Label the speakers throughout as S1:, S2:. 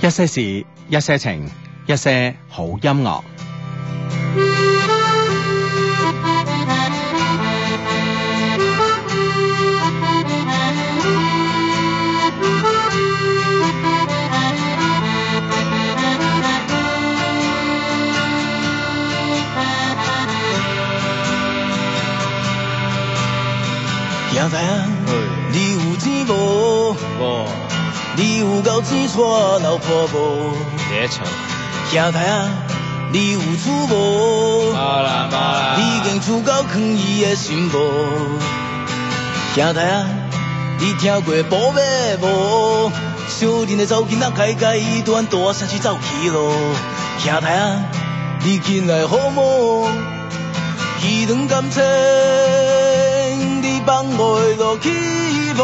S1: 一些事，一些情，一些好音樂。
S2: 兄弟啊，你有錢無？
S3: 哇，
S2: 你有夠錢娶老婆無？
S3: 别唱，
S2: 兄弟啊，你有厝無？
S3: 冇啦冇啦，
S2: 你已經厝到囥伊的心無？兄弟啊，你聽過寶馬無？小恁的查某囡仔開開伊端大城市走去咯。兄弟啊，你近來好無？伊兩感情你放袂落去無？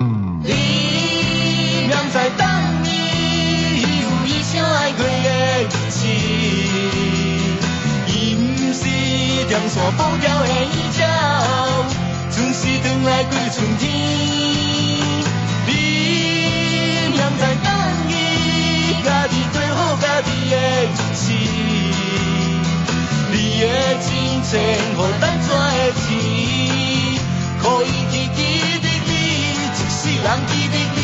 S4: 嗯
S2: 嗯你免再等伊，伊有伊相爱过的日子。伊毋是点线布条的伊鸟，准时返来归春天。你免再等伊，家己过好家己的日子。你的真情，予咱赚的钱，可以记记得你，一世人记得你。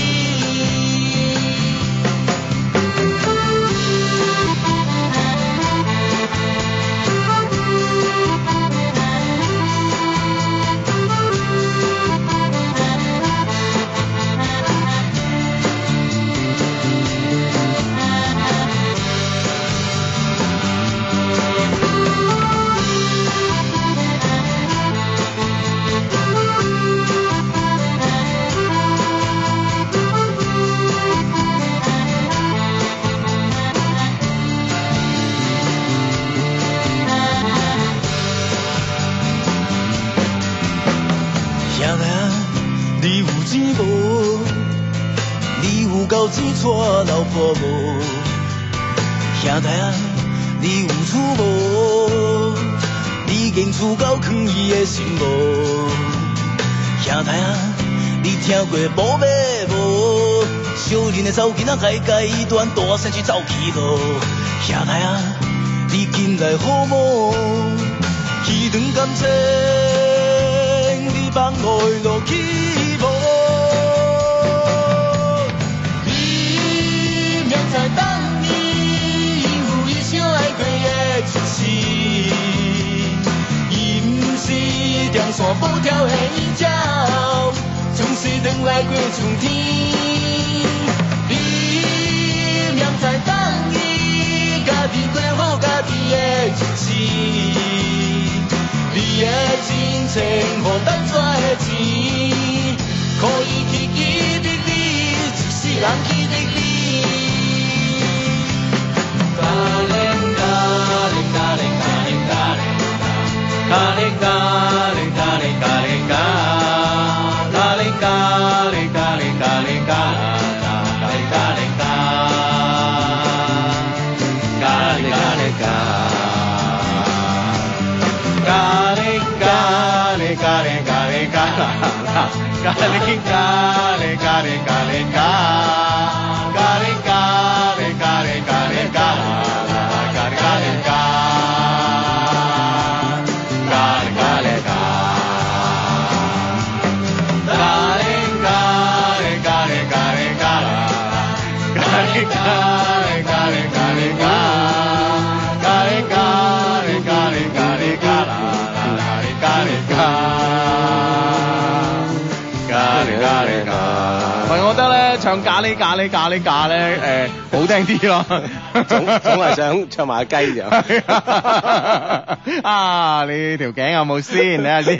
S2: 兄弟啊，你有钱无？你有够钱娶老婆无？兄弟啊，你有厝无？你经厝到囥伊的心无？兄弟啊，你听过宝马无？小人的查某囡仔改改伊端大城市走去咯。兄弟啊，你近来好无？彼段感情你放袂落去无？你明再等伊，有伊相爱过的一世。伊毋是点线布条的伊鸟，总是等来过春天。你明再等伊，家己过好家己的日子。你的真情，予咱赚的钱，可以去记得你，一世人记得你。
S3: 唔係，我覺得咧唱咖喱咖喱咖喱咖咧，誒好聽啲咯，
S4: 總總係 想唱埋 雞就。
S3: 係啊 啊！你條頸有冇先？睇下先，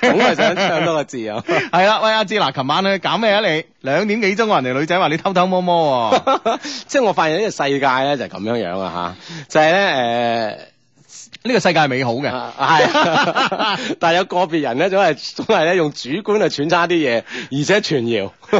S4: 總係想唱多個字啊！
S3: 係啦，喂阿芝嗱，琴晚去搞咩啊？你兩點幾鐘話人哋女仔話你偷偷摸摸 喎，
S4: 即係我發現呢個世界咧就係咁樣樣啊吓，就係呃啊咧
S3: 呢個世界係美好嘅。
S4: 誒 係，但係有個別人咧總係總係咧用主觀去揣測啲嘢，而且傳謠。 就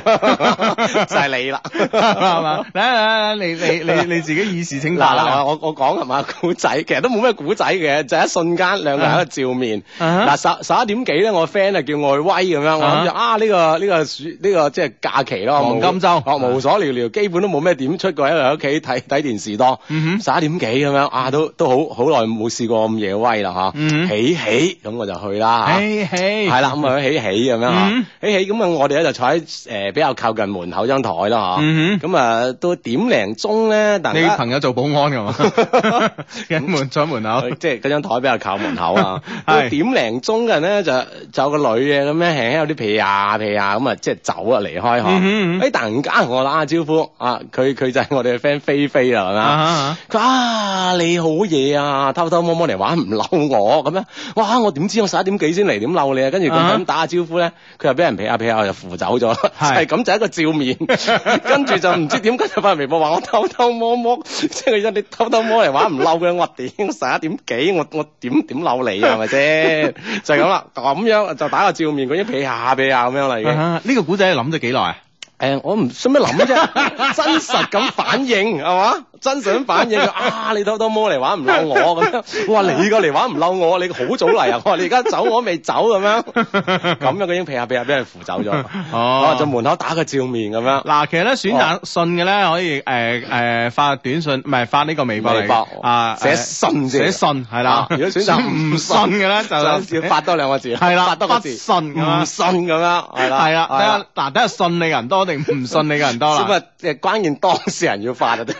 S4: 係你啦，
S3: 係嘛？嚟嚟嚟，你你你你自己以事請
S4: 嗱
S3: 法啦
S4: 嗱，。我我講係嘛 古仔，其實都冇咩古仔嘅，就係一瞬間兩個人喺度照面。
S3: 啊哈
S4: 嗱十十一點幾咧，我 friend 啊叫外威咁樣，
S3: Uh-huh
S4: 我諗住啊呢個呢個暑呢個即係假期咯，
S3: 黃
S4: 無
S3: 金周 Uh-huh
S4: 哦無所聊聊，基本都冇咩點出過，因為喺屋企睇睇電視多。
S3: 嗯
S4: 十一點幾咁樣啊，都都好好耐冇試過咁夜威啦
S3: 嗯
S4: 嚇，喜喜咁我就去啦嚇
S3: 哼，嘿嘿，
S4: 係啦，咁啊起起咁樣啊
S3: 嗯，
S4: 起起咁啊，我哋咧就坐喺誒比較靠近門口張台啦
S3: 嗯
S4: 嚇，咁啊到點零鐘咧，大
S3: 你
S4: 家
S3: 朋友做保安 噶嘛？ 喺門在門口。，
S4: 即 係嗰張台比較靠門口啊 到
S3: 啊係
S4: 點零鐘嘅人咧就就有個女嘅咁樣輕輕有啲屁呀屁呀咁啊，即係走啊離開哎
S3: 嗯哼嗯
S4: 嗬，誒突然間同我打下招呼啊，佢佢就係我哋嘅 friend 菲菲啦，係咪
S3: 啊
S4: 啊
S3: 哈啊哈
S4: 佢話啊你好嘢啊，偷偷摸摸嚟玩唔嬲我咁樣，哇！我點知我十一點幾先嚟，點嬲你啊？跟住咁
S3: 啊
S4: 咁打下招呼咧，佢又俾人皮啊下皮下就扶走咗，就
S3: 係
S4: 係咁就一個照面， 跟住就唔知點解就發微博話我偷偷摸摸， 即係佢你偷偷摸嚟玩唔嬲嘅，我點十一點幾，我我點點嬲你啊係咪先？就係咁啦，咁樣就打個照面，佢已經皮下皮下咁樣啦已經
S3: 啊。哈呢個古仔諗咗幾耐啊？
S4: 誒、我唔使咩諗啫， 真實咁反應係嘛？真實咁反應啊！你偷偷摸嚟玩唔嬲我咁樣，我話你個嚟玩唔嬲我，你好早嚟啊！我話你而家走我都未走咁樣，咁樣佢已經避下避下俾人扶走咗。
S3: 哦
S4: 我就門口打個照面咁樣。
S3: 嗱，其實咧選擇信嘅咧，可以誒誒發短信，唔係發呢個微博嚟
S4: 微博
S3: 啊，
S4: 寫
S3: 誒
S4: 信先
S3: 寫信係啦
S4: 啊。如果選擇
S3: 唔信嘅咧，就
S4: 要發多兩個字，
S3: 係啦
S4: 發多個字，
S3: 不信咁樣
S4: 唔信咁樣，係啦，
S3: 係啦，睇下嗱，睇下信你嘅人多定唔信你嘅人多
S4: 咁
S3: 啦。
S4: 啊，誒關鍵當事人 要發就得，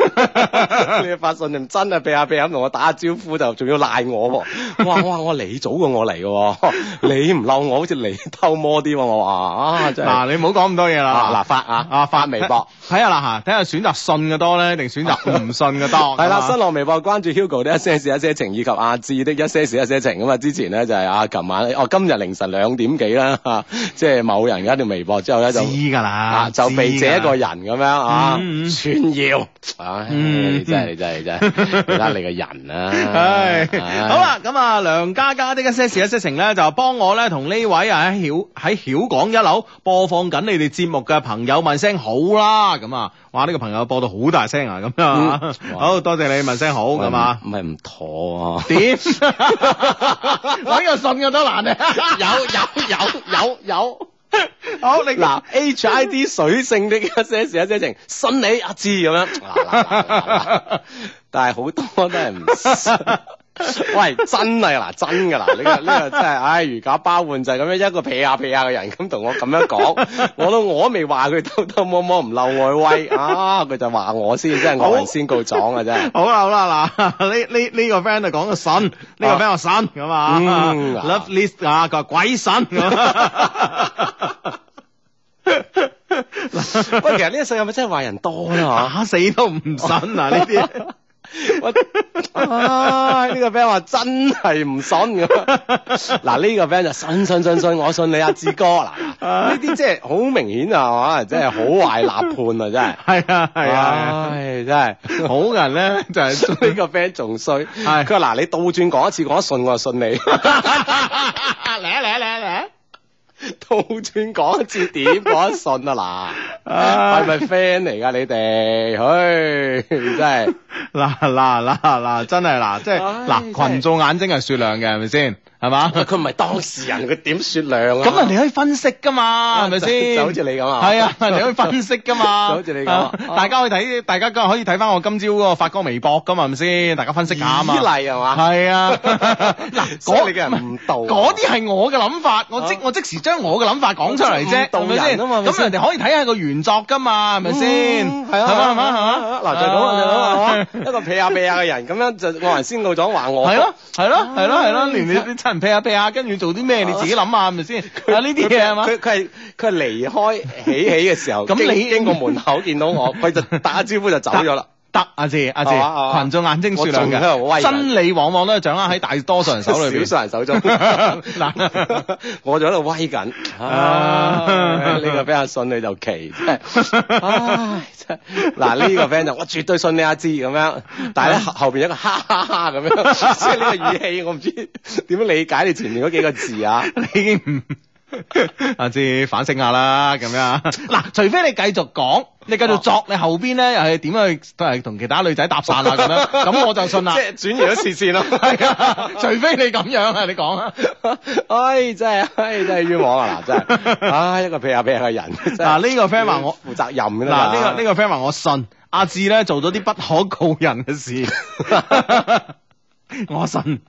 S4: 你發信就真啊係避下避下咁同我打下招呼就，仲要賴我 喎。哇哇，我你早過我嚟嘅喎， 你唔嬲我，好似你偷摸啲喎。我話啊，真係
S3: 嗱，你唔好講咁多嘢
S4: 啊
S3: 啦
S4: 嗱。發啊
S3: 啊
S4: 發微 博。
S3: 睇下啦嚇，睇下選擇信嘅多咧，定選擇唔信嘅多。
S4: 係啦，
S3: 咁啊
S4: 新浪微博關注 Hugo 的一些事一些情，以及阿志的一些事一些情。咁啊，之前咧就係啊，琴晚哦，今日凌晨兩點幾啦，啊即係某人嘅一條微博之後咧就
S3: 知㗎啦
S4: 啊，，就被
S3: 知㗎
S4: 這
S3: 啦
S4: 一個人咁樣啊
S3: 嗯嗯
S4: 串耀，啊
S3: 嗯
S4: 你真係你真係 你真係，你睇你個人啊
S3: 唉，，好啦，咁啊，梁家家的一些事一些情咧，就幫我咧同呢位啊喺曉喺曉港一樓播放緊你哋節目嘅朋友問聲好啦，咁啊，哇，呢、個朋友播到好大聲啊，咁啊，
S4: 嗯哇
S3: 好多謝你問聲好，
S4: 喂，
S3: 咁啊，
S4: 唔係唔 妥啊。
S3: 點揾個信嘅都難啊，
S4: 有有有有有，
S3: 好你
S4: 嗱 H I D 水性的一些事一些情，信你阿志咁樣，嗱嗱嗱嗱嗱但係好多都係唔 信。喂，真係嗱，真㗎嗱，呢、個呢、個真係，唉，如假包換就係咁樣一個皮下皮下嘅人咁同我咁樣講， 我都我都未話佢偷偷摸摸唔漏外威啊，佢就話我先，真係
S3: 好
S4: 惡人先告狀啊，真係。
S3: 好啦好啦嗱，呢呢呢個 friend 就講個神，呢個 friend 話神咁啊
S4: 嗯嗱
S3: ，love list 啊，佢話鬼 神咁啊。
S4: 喂，其實呢個世界咪真係壞人多 啊啦
S3: 打死都唔信啊！呢啲
S4: 嚇！我 啊，呢、個 friend 話真係唔信咁。嗱，呢、個 friend 就信信信信，我信你阿志哥嗱。
S3: 啊
S4: 呢啲即係好明顯啊，嚇真係好壞立判啊，真係。
S3: 係啊 係啊，
S4: 唉，真係。
S3: 好嘅人咧就 係
S4: 呢個 friend 仲衰，
S3: 係
S4: 佢話嗱你倒轉講一次，講一信我就信你，
S3: 嚟啊嚟啊嚟啊嚟啊！
S4: 倒轉講一次點講一信啊嗱，
S3: 唉
S4: 係咪 friend 嚟㗎你哋？唉，真係。
S3: 嗱嗱嗱嗱，真係嗱，即係
S4: 唉真
S3: 嗱，
S4: 係
S3: 群眾眼睛係雪亮嘅，係咪先？係嘛？
S4: 佢唔係當事人，佢點雪亮啊？
S3: 咁人哋可以分析噶嘛，係咪
S4: 就
S3: 先？
S4: 就好似你咁啊
S3: 係啊，你可以分析噶嘛，
S4: 就好似你咁啊
S3: 大家可以睇，大家可以睇翻我今朝嗰個發哥微博噶嘛，係咪先？大家分析下啊嘛。
S4: 依賴係嘛？
S3: 係啊， 嗱，
S4: 所以
S3: 嗰
S4: 你嘅人唔道啊
S3: 嗰啲係我嘅諗法，我即我即時將我嘅諗法講出嚟啫，
S4: 咁
S3: 係
S4: 唔
S3: 咪
S4: 道
S3: 先？
S4: 人啊嘛係咪
S3: 咁人哋可以睇下個原作噶嘛，係咪先？
S4: 嗯
S3: 係嘛係嘛係嘛，啊
S4: 嗱就係咁就啊係咁係嘛，一個屁下屁下嘅人咁樣就惡人先告狀話我，
S3: 係咯，係咯，係咯，係咯，連你啲親人劈下劈下，跟住做啲咩你自己諗下係咪先？啊呢啲嘢係嘛？
S4: 佢佢係佢係離開喜喜嘅時候，
S3: 咁
S4: 經
S3: 你
S4: 經過門口見到我，佢就打招呼就走咗啦。
S3: 得阿志阿志，
S4: 係嘛係嘛
S3: 群眾眼睛雪亮
S4: 哦我仲喺度
S3: 嘅，
S4: 威緊啊
S3: 真理往往都係掌握喺大多數人手裏邊。
S4: 少數人手中，
S3: 嗱
S4: 嗱， 我就喺度威緊。
S3: 啊
S4: 啊呢個 friend 啊信你就奇，真係，唉，真係。嗱呢個 friend 就我絕對信你阿芝咁樣，但
S3: 啊
S4: 係咧後後邊一個哈哈哈咁 樣，即係呢個語氣，我唔知點樣理解你前面嗰幾個字啊。
S3: 你已經唔 阿志反省下啦，咁 樣嗱，除非你繼續講，你繼續作，你後邊咧又係點樣去都係同其他女仔搭訕啊咁樣，咁我就信啦
S4: 即。係轉移咗視線咯。
S3: 係啊，除非你咁樣啊，你講啊。
S4: 唉，真係，唉，真係冤枉啊！嗱，真係，唉，一個屁下屁下嘅人，真係
S3: 嗱呢個 friend 話我
S4: 負責任㗎啦
S3: 嗱，呢個呢個 friend 話我信阿志咧做咗啲不可告人嘅 事，我信，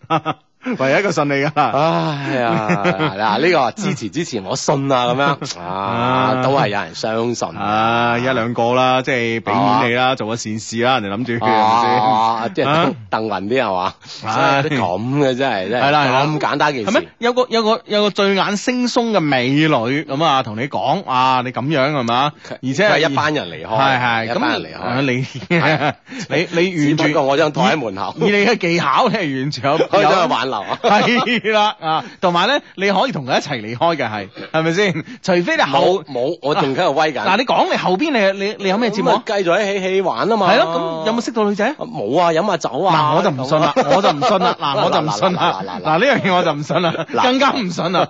S3: 唯一一個信你噶啦。
S4: 唉哎呀， 嗱呢個支持支持，我信啊咁樣啊，都係有人相信
S3: 啊，一兩個啦，即係俾面你啦，做咗善事啦，人哋諗住係咪
S4: 啊，即係
S3: 啊
S4: 鄧鄧雲啲係嘛，
S3: 唉
S4: 真係咁嘅真係，真
S3: 係啦係啦
S4: 咁簡單件
S3: 先？係咩
S4: 事，？
S3: 有個有個有個醉眼惺忪嘅美女咁啊，同你講啊，你咁樣係嘛？而且
S4: 佢係一班人離開，
S3: 係係
S4: 一班人
S3: 咁
S4: 離
S3: 啊
S4: 開，
S3: 你 你你
S4: 只
S3: 沿
S4: 不過
S3: 住
S4: 我張台喺門口，
S3: 以你嘅技巧，你係完全有
S4: 開咗
S3: 有
S4: 去挽留啊。
S3: 係啦啊，同埋咧，你可以同佢一齊離開嘅係，係咪先？除非你後
S4: 冇冇，我仲喺度威緊。
S3: 啊嗱，你講你後邊你你你有咩節目啊？
S4: 繼續喺起起玩啊嘛。
S3: 係咯，咁有冇識到女仔啊？
S4: 啊冇啊，飲下酒啊。
S3: 嗱，我就唔信啦，
S4: 咁啊
S3: 我就唔信 啦，嗱，我就唔信啦，
S4: 嗱嗱嗱嗱嗱
S3: 嗱呢樣嘢我就唔信啦，
S4: 嗱
S3: 更加唔信啦。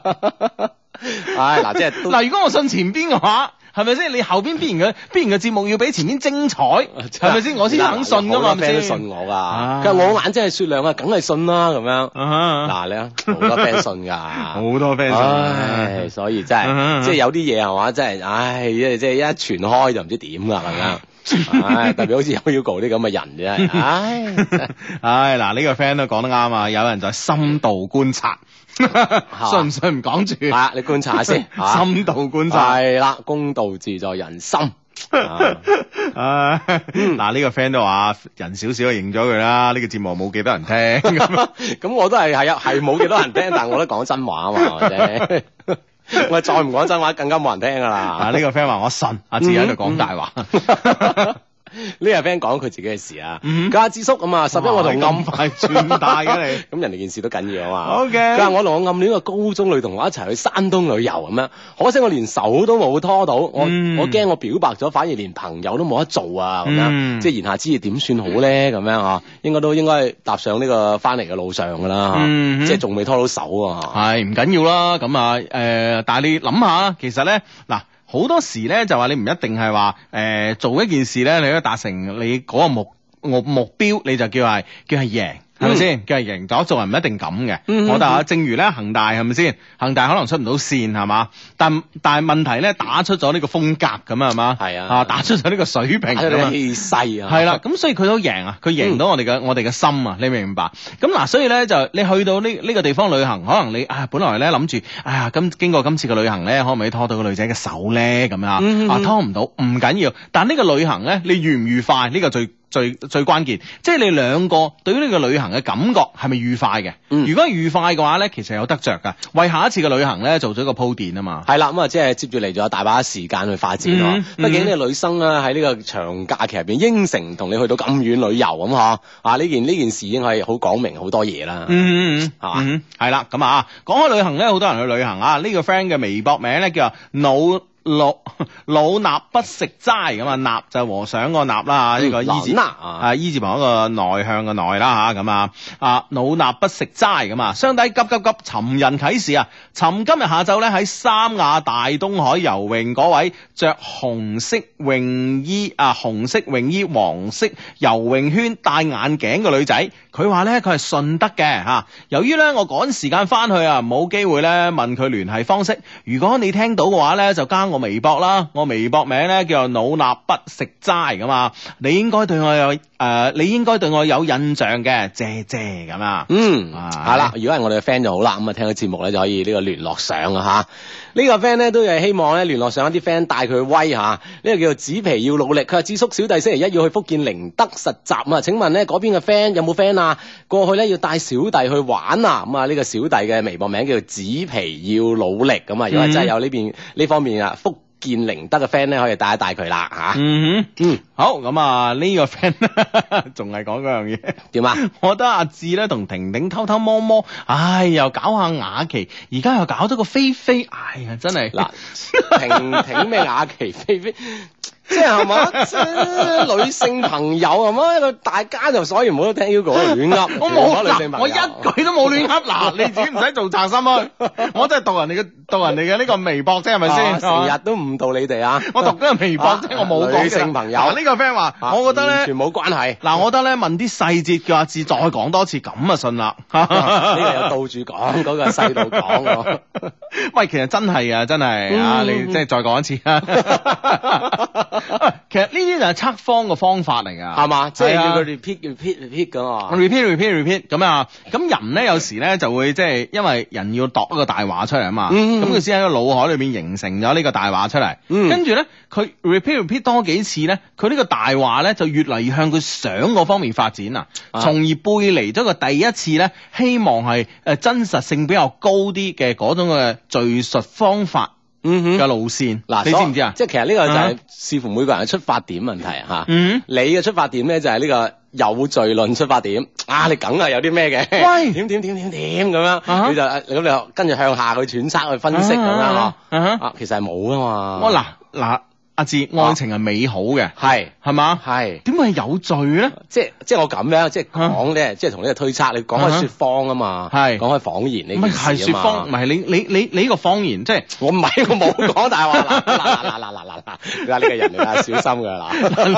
S4: 唉，嗱，即係 都
S3: 嗱，如果我信前邊嘅話，係咪先？你後邊必然嘅必然嘅節目要比前邊精 彩，係咪先？我先肯信噶嘛，係
S4: 好多
S3: 咪
S4: friend
S3: 先？
S4: 都信我
S3: 啊
S4: 㗎。佢話我眼睛係雪亮啊，梗係信啦咁樣。
S3: 啊
S4: 嗱，你啊，好多 friend 信㗎。
S3: 哈 好啊多 friend
S4: 唉，
S3: 信。
S4: 所以真
S3: 嗯
S4: 係，即係有啲嘢係嘛，真係，唉，即係即係一傳開就唔知點㗎咁樣。 唉，特別好似有 Hugo 啲咁嘅人真係，唉，真係
S3: 唉，嗱呢個 friend 都講得啱啊，有人在深度觀察， 信唔信唔講住
S4: 係。啊，你觀察下先，嚇
S3: 深度觀察。
S4: 係啦，公道自在人心。啊
S3: 啊，嗱呢個 friend 都話人少少就認咗佢啦，呢個節目冇幾多人聽。
S4: 咁我都係係啊，係冇幾多人聽，但我都講真話啊嘛，係咪 先我再唔講真話，更加冇人聽噶
S3: 啊
S4: 啦。
S3: 呢個 friend 話我信，阿志喺度講大話。
S4: 呢個 friend 講佢自己嘅事啊，
S3: 嗯
S4: 家智叔咁啊， 十一我 同
S3: 你
S4: 暗
S3: 咁快轉大嘅你。
S4: 咁人哋件事都緊要啊嘛。
S3: OK
S4: 佢話我同我暗戀個高中女同學一齊去山東旅遊咁樣，可惜我連手都冇拖到，我、
S3: 嗯
S4: 我驚我表白咗，反而連朋友都冇得做啊咁樣，
S3: 嗯
S4: 即係言下之意點算好咧咁樣啊？應該都應該踏上呢個翻嚟嘅路上噶啦，啊
S3: 嗯
S4: 即係仲未拖到手啊。
S3: 係唔緊要啦，咁啊，誒、但係你諗下，其實咧，嗱，好多時咧就話你唔一定係話，誒、做一件事咧，你可以達成你嗰個目目目標，你就叫係叫係贏。係咪先？叫係贏咗，做人唔一定咁嘅。
S4: 嗯
S3: 我但係正如咧，恒大係咪先？恒大可能出唔到線係嘛，但但係問題咧，打出咗呢個風格咁啊係嘛，
S4: 係啊
S3: 啊打出咗呢個水平
S4: 睇
S3: 咁
S4: 你
S3: 啊
S4: 嘅。氣勢啊，
S3: 係啦，咁所以佢都贏啊，佢贏到我哋嘅、
S4: 嗯
S3: 我哋嘅心啊，你明唔明白？咁嗱，所以咧就你去到呢呢、個地方旅行，可能你啊本來咧諗住，哎呀咁經過今次嘅旅行咧，可唔可以拖到個女仔嘅手咧？咁樣啊
S4: 嗯嗯嗯
S3: 啊拖唔到唔緊要，但呢個旅行咧，你愉唔愉快呢、個最。最最關鍵，即係你兩個對於呢個旅行嘅感覺係咪愉快嘅？
S4: 嗯
S3: 如果係愉快嘅話咧，其實有得着噶，為下一次嘅旅行咧做咗個鋪墊啊嘛。
S4: 係啦，咁啊，即係接住嚟仲有大把時間去發展咯
S3: 嗯。
S4: 畢竟呢個女生啊，喺呢個長假期入邊應承同你去到咁遠旅遊咁嗬，啊呢件呢件事已經係好講明好多嘢啦。
S3: 嗯嗯嗯，
S4: 係嘛
S3: 嗯係啦，咁啊，講開旅行咧，好多人去旅行啊。呢、個 friend 嘅微博名咧叫做老 老老衲不食齋咁啊，衲就係和尚個衲啦，呢、個
S4: 嗯
S3: 依字
S4: 嗱嗱啊
S3: 啊，依字旁一個內向嘅內啦吓，咁啊啊，老衲不食齋咁啊，相低急急急，尋人啟事啊！尋今日下晝咧喺三亞大東海游泳嗰位着紅色泳衣啊，紅色泳衣黃色游泳圈戴眼鏡嘅女仔，佢話咧佢係順德嘅吓、由於咧我趕時間翻去啊，冇機會咧問佢聯繫方式。如果你聽到嘅話咧，就加我微博啦，我微博名咧叫做老衲不食齋噶嘛。你應該對我有誒、呃你應該對我有印象嘅，謝謝咁啊。
S4: 嗯，
S3: 啊
S4: 係啦，如果係我哋嘅 friend 就好啦，咁啊聽到節目咧就可以呢個聯絡上啊吓。呢個 friend 咧都係希望咧聯絡上一啲 friend 帶佢去威吓，呢個叫做紙皮要努力。佢話智叔小弟星期一要去福建寧德實習啊，請問咧嗰邊嘅 friend 有冇 friend 啊？過去咧要帶小弟去玩啊，咁啊呢個小弟嘅微博名叫做紙皮要努力咁啊，如果真係有呢邊呢方面啊福建寧德嘅 friend 咧，可以帶一帶佢啦吓。
S3: 嗯哼，
S4: 嗯，
S3: 好咁啊，呢、個 friend 仲係講嗰樣嘢。
S4: 點啊？
S3: 我覺得阿志咧同婷婷偷偷摸摸，唉，又搞下雅琪，而家又搞咗個菲菲，唉呀，真係
S4: 嗱，婷婷咩雅琪菲菲，即係係嘛，即係女性朋友係嘛，大家就所以唔好聽 Hugo 喺度亂噏，
S3: 我
S4: 全部
S3: 冇
S4: 都係女
S3: 嗱，
S4: 性朋
S3: 我一
S4: 友
S3: 句都冇亂噏 嗱，你自己唔使做賊心啊！我真係讀人哋嘅讀人哋嘅呢個微博啫，係咪
S4: 啊
S3: 先？
S4: 成日都誤導你哋啊，
S3: 我讀緊微博啫，我冇講嘅
S4: 女性朋友
S3: 嗱呢個 friend 話，
S4: 啊
S3: 我覺得
S4: 完
S3: 咧
S4: 全，冇關 係，
S3: 嗱，我覺得咧問啲細節嘅阿志再講多次，咁啊信啦。呢
S4: 呢個有倒住講，嗰個細度講喎。
S3: 喂，其實真係啊，真係啊，
S4: 嗯
S3: 你即係再講一次 啊。 其實呢啲就係測謊嘅方法嚟㗎，
S4: 係嘛？即係
S3: 係
S4: 要
S3: 啊
S4: 佢 repeat repeat repeat 咁啊！
S3: repeat repeat repeat 咁啊，咁人咧有時咧就會即係因為人要度一個大話出嚟啊嘛，
S4: 嗯
S3: 咁佢先喺個腦海裏面形成咗呢個大話出嚟，
S4: 嗯
S3: 跟住咧佢 repeat repeat 多幾次咧，佢呢個大話咧就越嚟越向佢想嗰方面發展啊，
S4: 啊
S3: 從而背離咗個第一次咧希望係誒真實性比較高啲嘅嗰種嘅敘述方法
S4: 嗯
S3: 嘅路線，
S4: 嗱，
S3: 你知
S4: 所
S3: 唔知啊？
S4: 即係其實呢個就
S3: 啊
S4: 係視乎每個人嘅出發點問題嚇。
S3: 嗯。
S4: 你嘅出發點咧就係呢個有罪論出發點啊！你梗係有啲咩嘅？
S3: 喂
S4: 點點點點點咁
S3: 啊
S4: 樣，你就啊咁你就跟住向下去揣測去分析咁樣
S3: 啊
S4: 嗬。
S3: 啊啊
S4: 啊，其實係冇噶嘛。
S3: 我嗱嗱，阿志，愛情係美好嘅，
S4: 係
S3: 係嘛？
S4: 係。
S3: 點會係有罪咧？
S4: 即係即係我咁樣，即係講咧，即係同呢個推測，你講
S3: 啊
S4: 開説謊啊嘛，
S3: 係
S4: 講開謊言
S3: 唔
S4: 呢
S3: 係係
S4: 件事
S3: 説
S4: 啊嘛
S3: 謊，唔。係你你你你呢個謊言，即係
S4: 我唔係，我冇講大話啦，嗱嗱嗱嗱嗱嗱嗱，你話呢個人你啊，小心噶啦，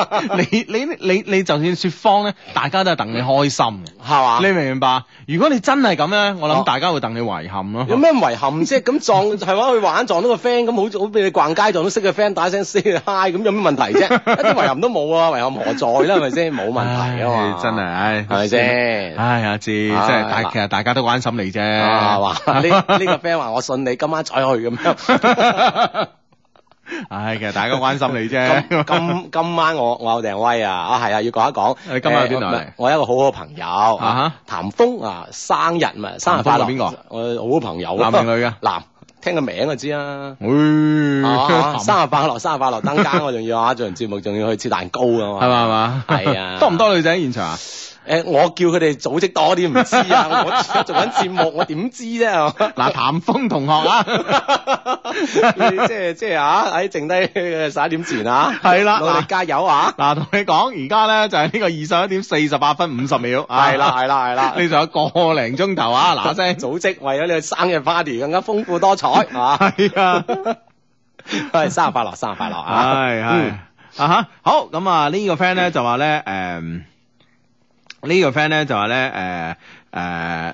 S4: 啊
S3: 你你你你就算説謊咧，大家都係戥你開心嘅，
S4: 係嘛？
S3: 你明唔明白？如果你真係咁咧，我諗
S4: 啊哦
S3: 大家會戥你遺憾咯。
S4: 有咩遺憾啫？咁撞 係話去玩撞到個 friend，咁好好俾你逛街撞到識嘅 friend 打聲 say hi，咁有咩問題啫？ 一啲遺憾都冇啊，遺憾何在啦？係咪先？冇問題啊嘛
S3: 唉，真係，唉，
S4: 係咪先？
S3: 唉，阿志，真係大，
S4: 嗱
S3: 其實大家都關心你啫，
S4: 啊，話 呢呢個 friend 話我信你，今晚再去咁樣。
S3: 唉，其實大家關心你啫。
S4: 今今今晚我我有訂威啊！啊係啊，要講一講。
S3: 你今晚有邊度嚟啊
S4: 呃我我有一個好好嘅朋友啊
S3: 哈，
S4: 譚峰啊，生日咪生日快
S3: 譚
S4: 樂。
S3: 峰係邊個？
S4: 我好好朋友啊。
S3: 男定女㗎
S4: 男，聽個名就知啊。啊
S3: 唉
S4: 生日快樂，生日快樂！登間我仲要啊，做完節目仲要去切蛋糕 啊嘛。
S3: 係嘛係嘛？
S4: 係啊
S3: 多唔多女仔喺現場啊？
S4: 誒，我叫佢哋組織多啲，唔知啊。我 而家做緊節目，我點知啫？係嘛
S3: 嗱，譚峰同學啊，
S4: 你即係即係啊！喺剩低呃十一點前啊，
S3: 係啦
S4: 努力
S3: 嗱
S4: 加油啊！
S3: 嗱，同你講，而家咧就係呢個二十一點四十八分五十秒，啊
S4: 係啦，係啦，係啦。
S3: 你仲有個零鐘頭啊， 嗱聲，
S4: 組織為咗你嘅生日 party 更加豐 富多彩，係嘛？
S3: 係啊，
S4: 係生日快樂，生日快樂啊！
S3: 係係
S4: 嗯
S3: 啊哈，好咁啊，呢個 friend 咧就話咧，誒。呢個 friend 咧就話咧誒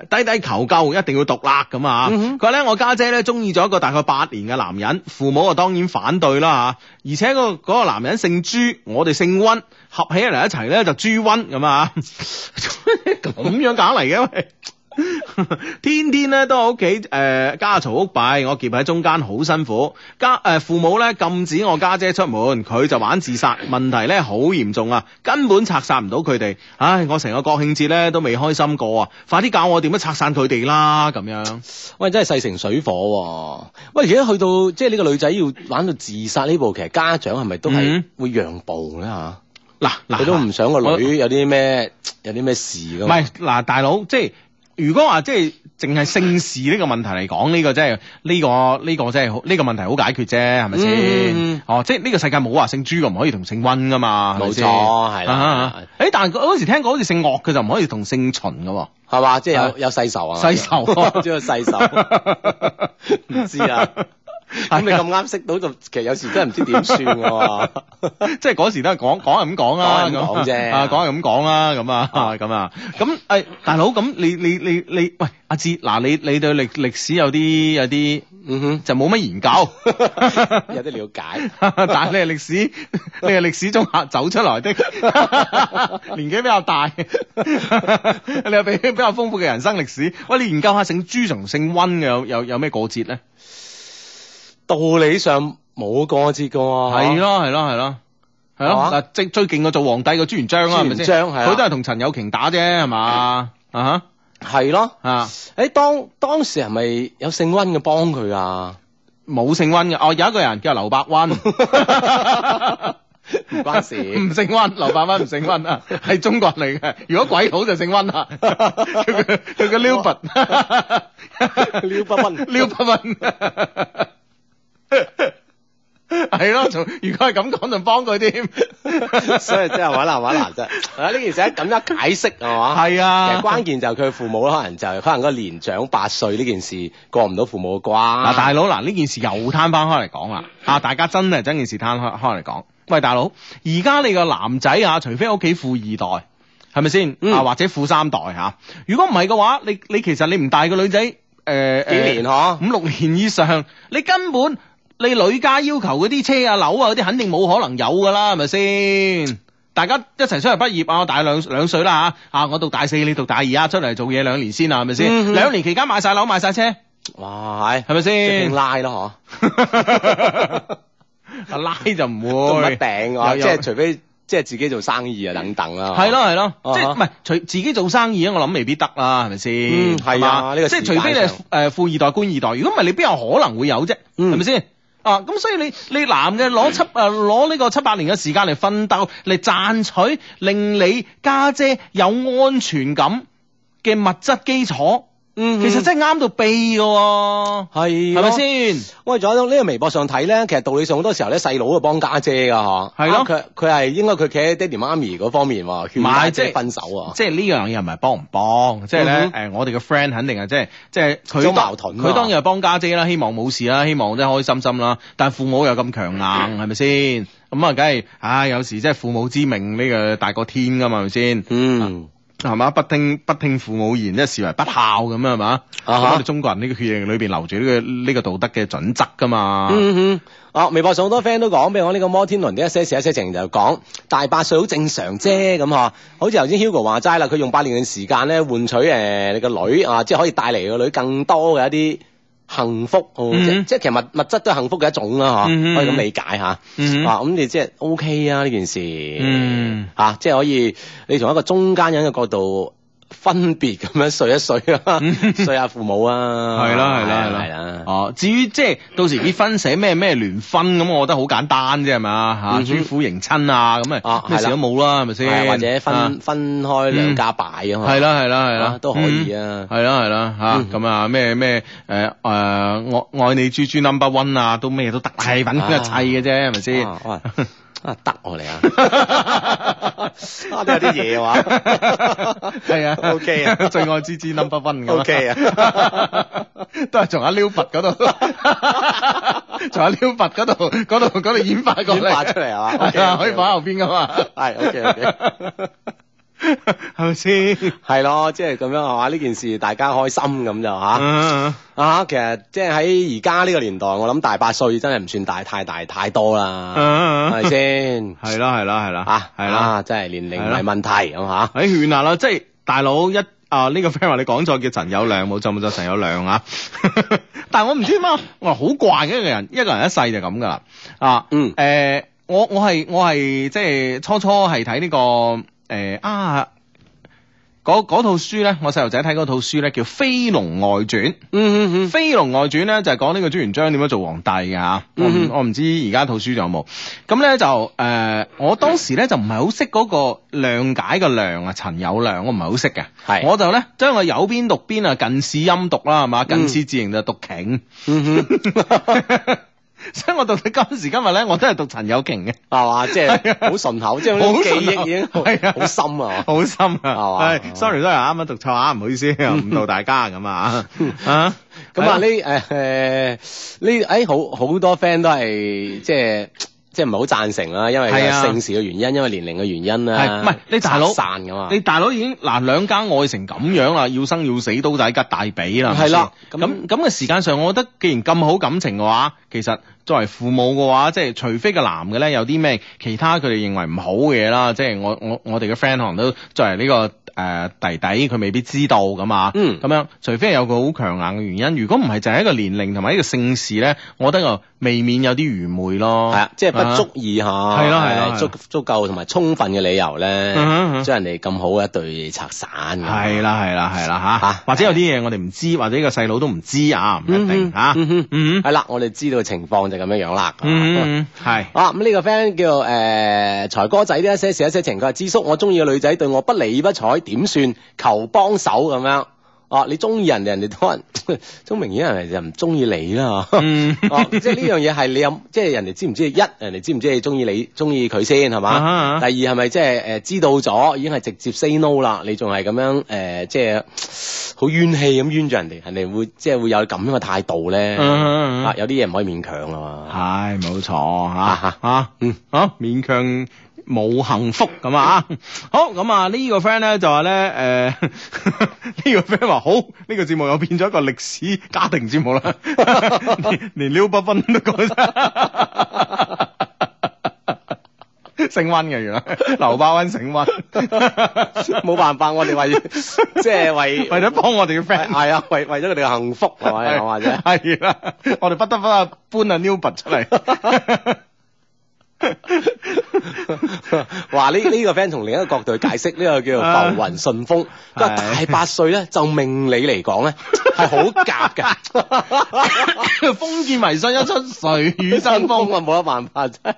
S3: 誒低低求救，一定要讀啦咁啊！
S4: 嗯哼
S3: 佢話咧我家姐咧中意咗一個大概八年嘅男人，父母啊當然反對啦啊嚇，而且、個嗰、個男人姓朱，我哋姓温，合起嚟一齊咧就朱温咁啊！ 咁樣搞嚟嘅喂！ 天天咧都喺屋企誒家嘈屋閉，我夾喺中間好辛苦。家誒、父母咧禁止我家姐出門，佢就玩自殺，問題咧好嚴重啊，根本拆散唔到佢哋。唉，我成個國慶節咧都未開心過啊！快啲教我點樣拆散佢哋啦，咁樣。
S4: 喂，真係勢成水火喎、喂，而家去到即係呢個女仔要玩到自殺呢步，其實家長係咪都係
S3: 嗯
S4: 會讓步咧嚇？
S3: 嗱嗱，
S4: 佢都唔想個
S3: 我
S4: 女有啲咩有啲咩事噶
S3: 唔
S4: 嘛？
S3: 係嗱，大佬即係。如果話即係淨係姓氏呢個問題嚟講，呢、個真係呢、個呢、個真係好呢、個問題好解決啫，係咪先？
S4: 嗯
S3: 哦，即係呢個世界冇話姓朱嘅唔可以同姓温噶嘛，係咪
S4: 冇錯
S3: 先
S4: 係啦
S3: 啊啊
S4: 係啦
S3: 誒，但係嗰嗰時聽講好似姓岳嘅就唔可以同姓秦嘅 喎。
S4: 係嘛？即係有
S3: 係
S4: 有世仇啊？
S3: 世仇啊
S4: 即係世 仇，唔知啊。咁你咁啱識到就，其實有時真係唔知點算 喎。
S3: 即係嗰時都係講講係咁講啦，
S4: 講係咁講啫
S3: 啊講係咁講啦，咁啊
S4: 啊
S3: 咁啊，咁誒大佬咁你你你你喂阿志嗱你你對歷歷史有啲有啲
S4: 嗯哼，
S3: 就冇乜研究。
S4: 有啲了解。
S3: 但係你係歷史， 你係歷史中下走出來的， 年紀比較大， 你有比比較豐富嘅人生歷史。喂，你研究下姓朱同姓温嘅有有有咩過節咧？
S4: 道理上冇過節噶喎。
S3: 係咯係咯係咯。係咯，
S4: 啊係嘛
S3: 嗱最最勁嘅做皇帝個朱元璋啦，係咪先？
S4: 朱元璋係啊
S3: 佢都係同陳友瓊打啫，係嘛？啊
S4: 係咯。
S3: 哈啊，
S4: 誒，當當時係咪有姓温嘅幫 佢啊？
S3: 冇姓温嘅，哦有一個人叫劉伯 温，
S4: 唔關事。
S3: 唔姓温，劉伯温唔姓温啊，係中國人嚟嘅。如果鬼佬就姓温啊，佢個佢個 撩拔，
S4: 哦撩不温
S3: 撩拔温。係咯，仲如果係咁講，就幫佢添。
S4: 所以真係揾難揾難啫。啊，呢件事咁樣解釋係嘛？
S3: 係
S4: 其
S3: 啊
S4: 實，關鍵就係佢父母可能就係可能個年長八歲呢件事過唔到父母嘅關。
S3: 嗱，大佬嗱，呢件事又攤翻開嚟講啦，
S4: 嗯
S3: 啊，大家真係將件事攤開開嚟講。喂，大佬，而家你個男仔啊，除非屋企富二代，係咪先？
S4: 嗯
S3: 啊，或者富三代嚇、如果唔係嘅話，你你其實你唔大個女仔，誒、呃、
S4: 幾年
S3: 呃
S4: 嗬？
S3: 五六年以上，你根本你女家要求嗰啲車啊、樓啊嗰啲，肯定冇可能有噶啦，係咪先？大家一齊出嚟畢業啊，我大兩兩歲啦嚇，啊，我讀大四，你讀大二啊，出嚟做嘢兩年先啊，係咪
S4: 嗯
S3: 先？
S4: 哼
S3: 兩年期間買晒樓買晒車，係
S4: 哇，係
S3: 咪
S4: 即係
S3: 先
S4: 拼？拉
S3: 哦
S4: 咯
S3: 啊拉就
S4: 嗬，都
S3: 唔
S4: 唔
S3: 會
S4: 一，定
S3: 有
S4: 啊，
S3: 有
S4: 即係除非即係自己做生意啊等等啦。
S3: 係咯係咯，
S4: 啊哈
S3: 即係唔係除自己做生意啊？我諗未必得啦，係咪先？
S4: 嗯係啊
S3: 嘛
S4: 呢個
S3: 即係
S4: 時
S3: 除非你係
S4: 間上
S3: 誒富二代官二代，如果唔係你邊有可能會有啫？
S4: 嗯
S3: 係咪先？啊，咁所以你你男嘅攞七誒攞呢個七八年嘅時間嚟奮鬥，嚟賺取令你家姐有安全感嘅物質基礎，
S4: 嗯，
S3: 其實真係啱到痹嘅喎，
S4: 係
S3: 係咪
S4: 咯
S3: 先？
S4: 喂，仲有呢個微博上睇咧，其實道理上好多時候咧，細佬啊幫家姐噶嗬，
S3: 係咯
S4: 啱佢佢係應該佢企喺爹哋媽咪嗰方面喎，勸
S3: 唔係
S4: 家
S3: 即
S4: 姐
S3: 係
S4: 分手啊，
S3: 即係呢樣嘢唔係幫唔幫，即係咧
S4: 嗯
S3: 誒，
S4: 哼
S3: 我哋嘅 friend 肯定係即係即係佢
S4: 有
S3: 當
S4: 矛盾啊
S3: 佢當然係幫家姐啦，希望冇事啦，希望即係開心心啦。但係父母又咁強硬，係咪先？咁啊，梗係唉，有時即係父母之命呢個大過天噶嘛，係咪先？啊
S4: 嗯，
S3: 係嘛？不聽不聽父母言，即係視為不孝咁啊，係嘛？
S4: 啊
S3: 咁
S4: 哈
S3: 我哋中國人呢個血液裏邊流住呢個呢個道德嘅準則噶嘛。
S4: 嗯哼，啊，微博上好多 friend 都講，譬如我呢個摩天輪啲一些事一些情就講大八歲好正常啫，咁嗬，好似頭先 Hugo 話齋啦，佢用八年嘅時間咧換取誒、你個女啊，即係可以帶嚟個女更多嘅一啲。幸福，哦
S3: 嗯
S4: 即即係其實物物質都係幸福嘅一種啦，嗬、
S3: 嗯哼
S4: 可以咁理解吓。
S3: 嗯
S4: 啊，咁你即係 O K 啊呢件事，
S3: 嗯
S4: 啊，即係可以你從一個中間人嘅角度分別咁樣碎一碎啊， 碎下父母啊，
S3: 嗯係啦係啦係
S4: 係
S3: 啦
S4: 啦係啦，
S3: 哦，至於即係到時結婚寫咩咩聯婚咁，我覺得好簡單啫，係啊嘛嚇，
S4: 嗯哼
S3: 主婦迎親啊，咁
S4: 啊
S3: 啊咩
S4: 係
S3: 事
S4: 啦
S3: 都冇啦，係咪
S4: 係啊
S3: 先？
S4: 或者
S3: 啊
S4: 分分開兩家擺啊嘛，
S3: 係啦係啦係
S4: 啊
S3: 啦，
S4: 都可以啊
S3: 嗯係啦係啦
S4: 嗯
S3: 嚇，咁啊咩咩誒誒愛愛你豬豬 number one 啊，都咩都得，係揾佢砌嘅啫，係咪先？
S4: 啊哇啊得我哋啊，啊都有啲嘢話，
S3: 係啊
S4: OK 啊
S3: 最愛豬豬 number one 咁
S4: OK
S3: 啊， 都係從阿撩拔嗰度， 從阿撩拔嗰度嗰度嗰度演化過嚟，
S4: 演化出 嚟係嘛
S3: 係啊
S4: OK，OK，OK
S3: 可以放喺後邊噶嘛，
S4: 係 OK OK。
S3: 係咪先？
S4: 係咯，即係咁樣係嘛？呢件事大家開心咁就吓
S3: 嗯
S4: 啊！其實即係喺而家呢個年代，我諗大八歲真係唔算大太大太多啦，
S3: 嗯
S4: 係咪先？
S3: 係啦係啦係啦
S4: 啊，
S3: 係啦。
S4: 啦，真係年齡唔係問題咁吓。
S3: 喺哎勸下啦，即係大佬一啊呢、個 friend 話你講錯叫陳友亮，冇錯冇錯陳友亮啊！ 但係我唔知點解，我係好怪嘅一個人，一個人一世就咁噶啦啊！
S4: 嗯
S3: 誒、我我係我係即係初初係睇呢個誒、啊嗰嗰套書咧，我細路仔睇嗰套書咧叫《飛龍外傳》。
S4: 嗯
S3: 《飛龍外傳》咧就係講呢個朱元璋點樣做皇帝嘅嚇，我
S4: 嗯
S3: 唔我唔知而家套書仲有冇。咁咧就誒、呃我當時咧就唔係好識嗰個諒解嘅量啊，陳友諒我唔係好識嘅，
S4: 係
S3: 我就咧將個有邊讀邊啊，近似音讀啦係啊嘛，近似字形就讀 瓊，
S4: 嗯哼，
S3: 所以我到到今時今日咧，我都係讀陳友瓊嘅。
S4: 係嘛？即係好順口，即係呢
S3: 好
S4: 種記
S3: 順口
S4: 憶已經好
S3: 係啊
S4: 好深啊！
S3: 好心
S4: 係
S3: 啊！
S4: 嘛
S3: 唉，sorry，sorry，啱啱讀錯啊，唔好意思，誤導大家 咁啊啊！
S4: 咁啊，呢誒呢誒好好多 friend 都係即係即係唔係好贊成啦，因為
S3: 係啊
S4: 姓氏嘅原因，因為年齡嘅原因啦，
S3: 係唔係你大佬
S4: 拆散啊噶嘛？
S3: 你大佬已經嗱兩家愛成咁樣啦，要生要死都仔吉大髀啦，
S4: 係啦
S3: 係咪先咁咁嘅時間上，我覺得既然咁好感情嘅話，其實作為父母嘅話，即係除非個男嘅咧有啲咩其他佢哋認為唔好嘅嘢啦，即係我我我哋嘅 friend 可能都作為呢、個誒、呃弟弟，佢未必知道咁啊，
S4: 嗯
S3: 咁樣除非有個好強硬嘅原因，如果唔係就係一個年齡同埋一個姓氏咧，我覺得又未免有啲愚昧咯，
S4: 係啊，即係不
S3: 啊
S4: 足以嚇，
S3: 係咯係咯係咯
S4: 足足夠同埋充分嘅理由咧
S3: 嗯哼嗯哼，
S4: 將人哋咁好嘅一對拆散。
S3: 係啦係啦係啦吓
S4: 嗯啊，
S3: 或者有啲嘢我哋唔知，或者呢個細佬都唔知啊，唔一定
S4: 嗯哼
S3: 吓。
S4: 嗯
S3: 嗯
S4: 哼
S3: 嗯
S4: 係啦，我哋知道嘅情況就咁樣樣啦。
S3: 嗯，係
S4: 啊，咁呢個 friend 叫誒、呃、財哥仔呢一些事一些情，佢話智叔我中意嘅女仔對我不理不睬，點算？求幫手咁樣。啊，你中意人哋，人哋 當然，都明顯人哋就唔中意你啦。
S3: 嗯
S4: 哦，即係呢樣嘢係你有，即係人哋知唔知？一，人哋知唔知你中意你中意佢先係
S3: 啊哈
S4: 嘛？
S3: 啊
S4: 第二係咪即係誒知道咗已經係直接 say no 啦？你仲係咁樣誒、呃即係好冤氣咁冤住人哋，人哋會即係會有咁樣嘅態度咧。
S3: 嗯
S4: 啊，有啲嘢唔可以勉強啊嘛。
S3: 係冇錯
S4: 啊
S3: 嚇嚇，嗯好勉強。冇幸福咁啊！好咁啊，呢個 friend 咧就話咧，誒、 呢個 friend 話好，呢、個節目又變咗一個歷史家庭節目啦， 連連撩不分都講 晒，升温嘅原來，劉伯温升温，
S4: 冇辦法，我哋為 即係為
S3: 為咗幫我哋嘅 friend
S4: 係啊， 為為咗佢哋嘅幸福係咪
S3: 係
S4: 講話 啫？
S3: 係啦，我哋不得不啊搬啊 New 拔出 嚟。
S4: 話呢呢個 friend 從另一個角度去解釋，呢個叫做浮雲順風。佢話大
S3: 係
S4: 八歲咧，就命理嚟講咧係好夾 㗎。
S3: 封建迷信一出，誰與爭鋒？
S4: 啊，冇得辦法真係。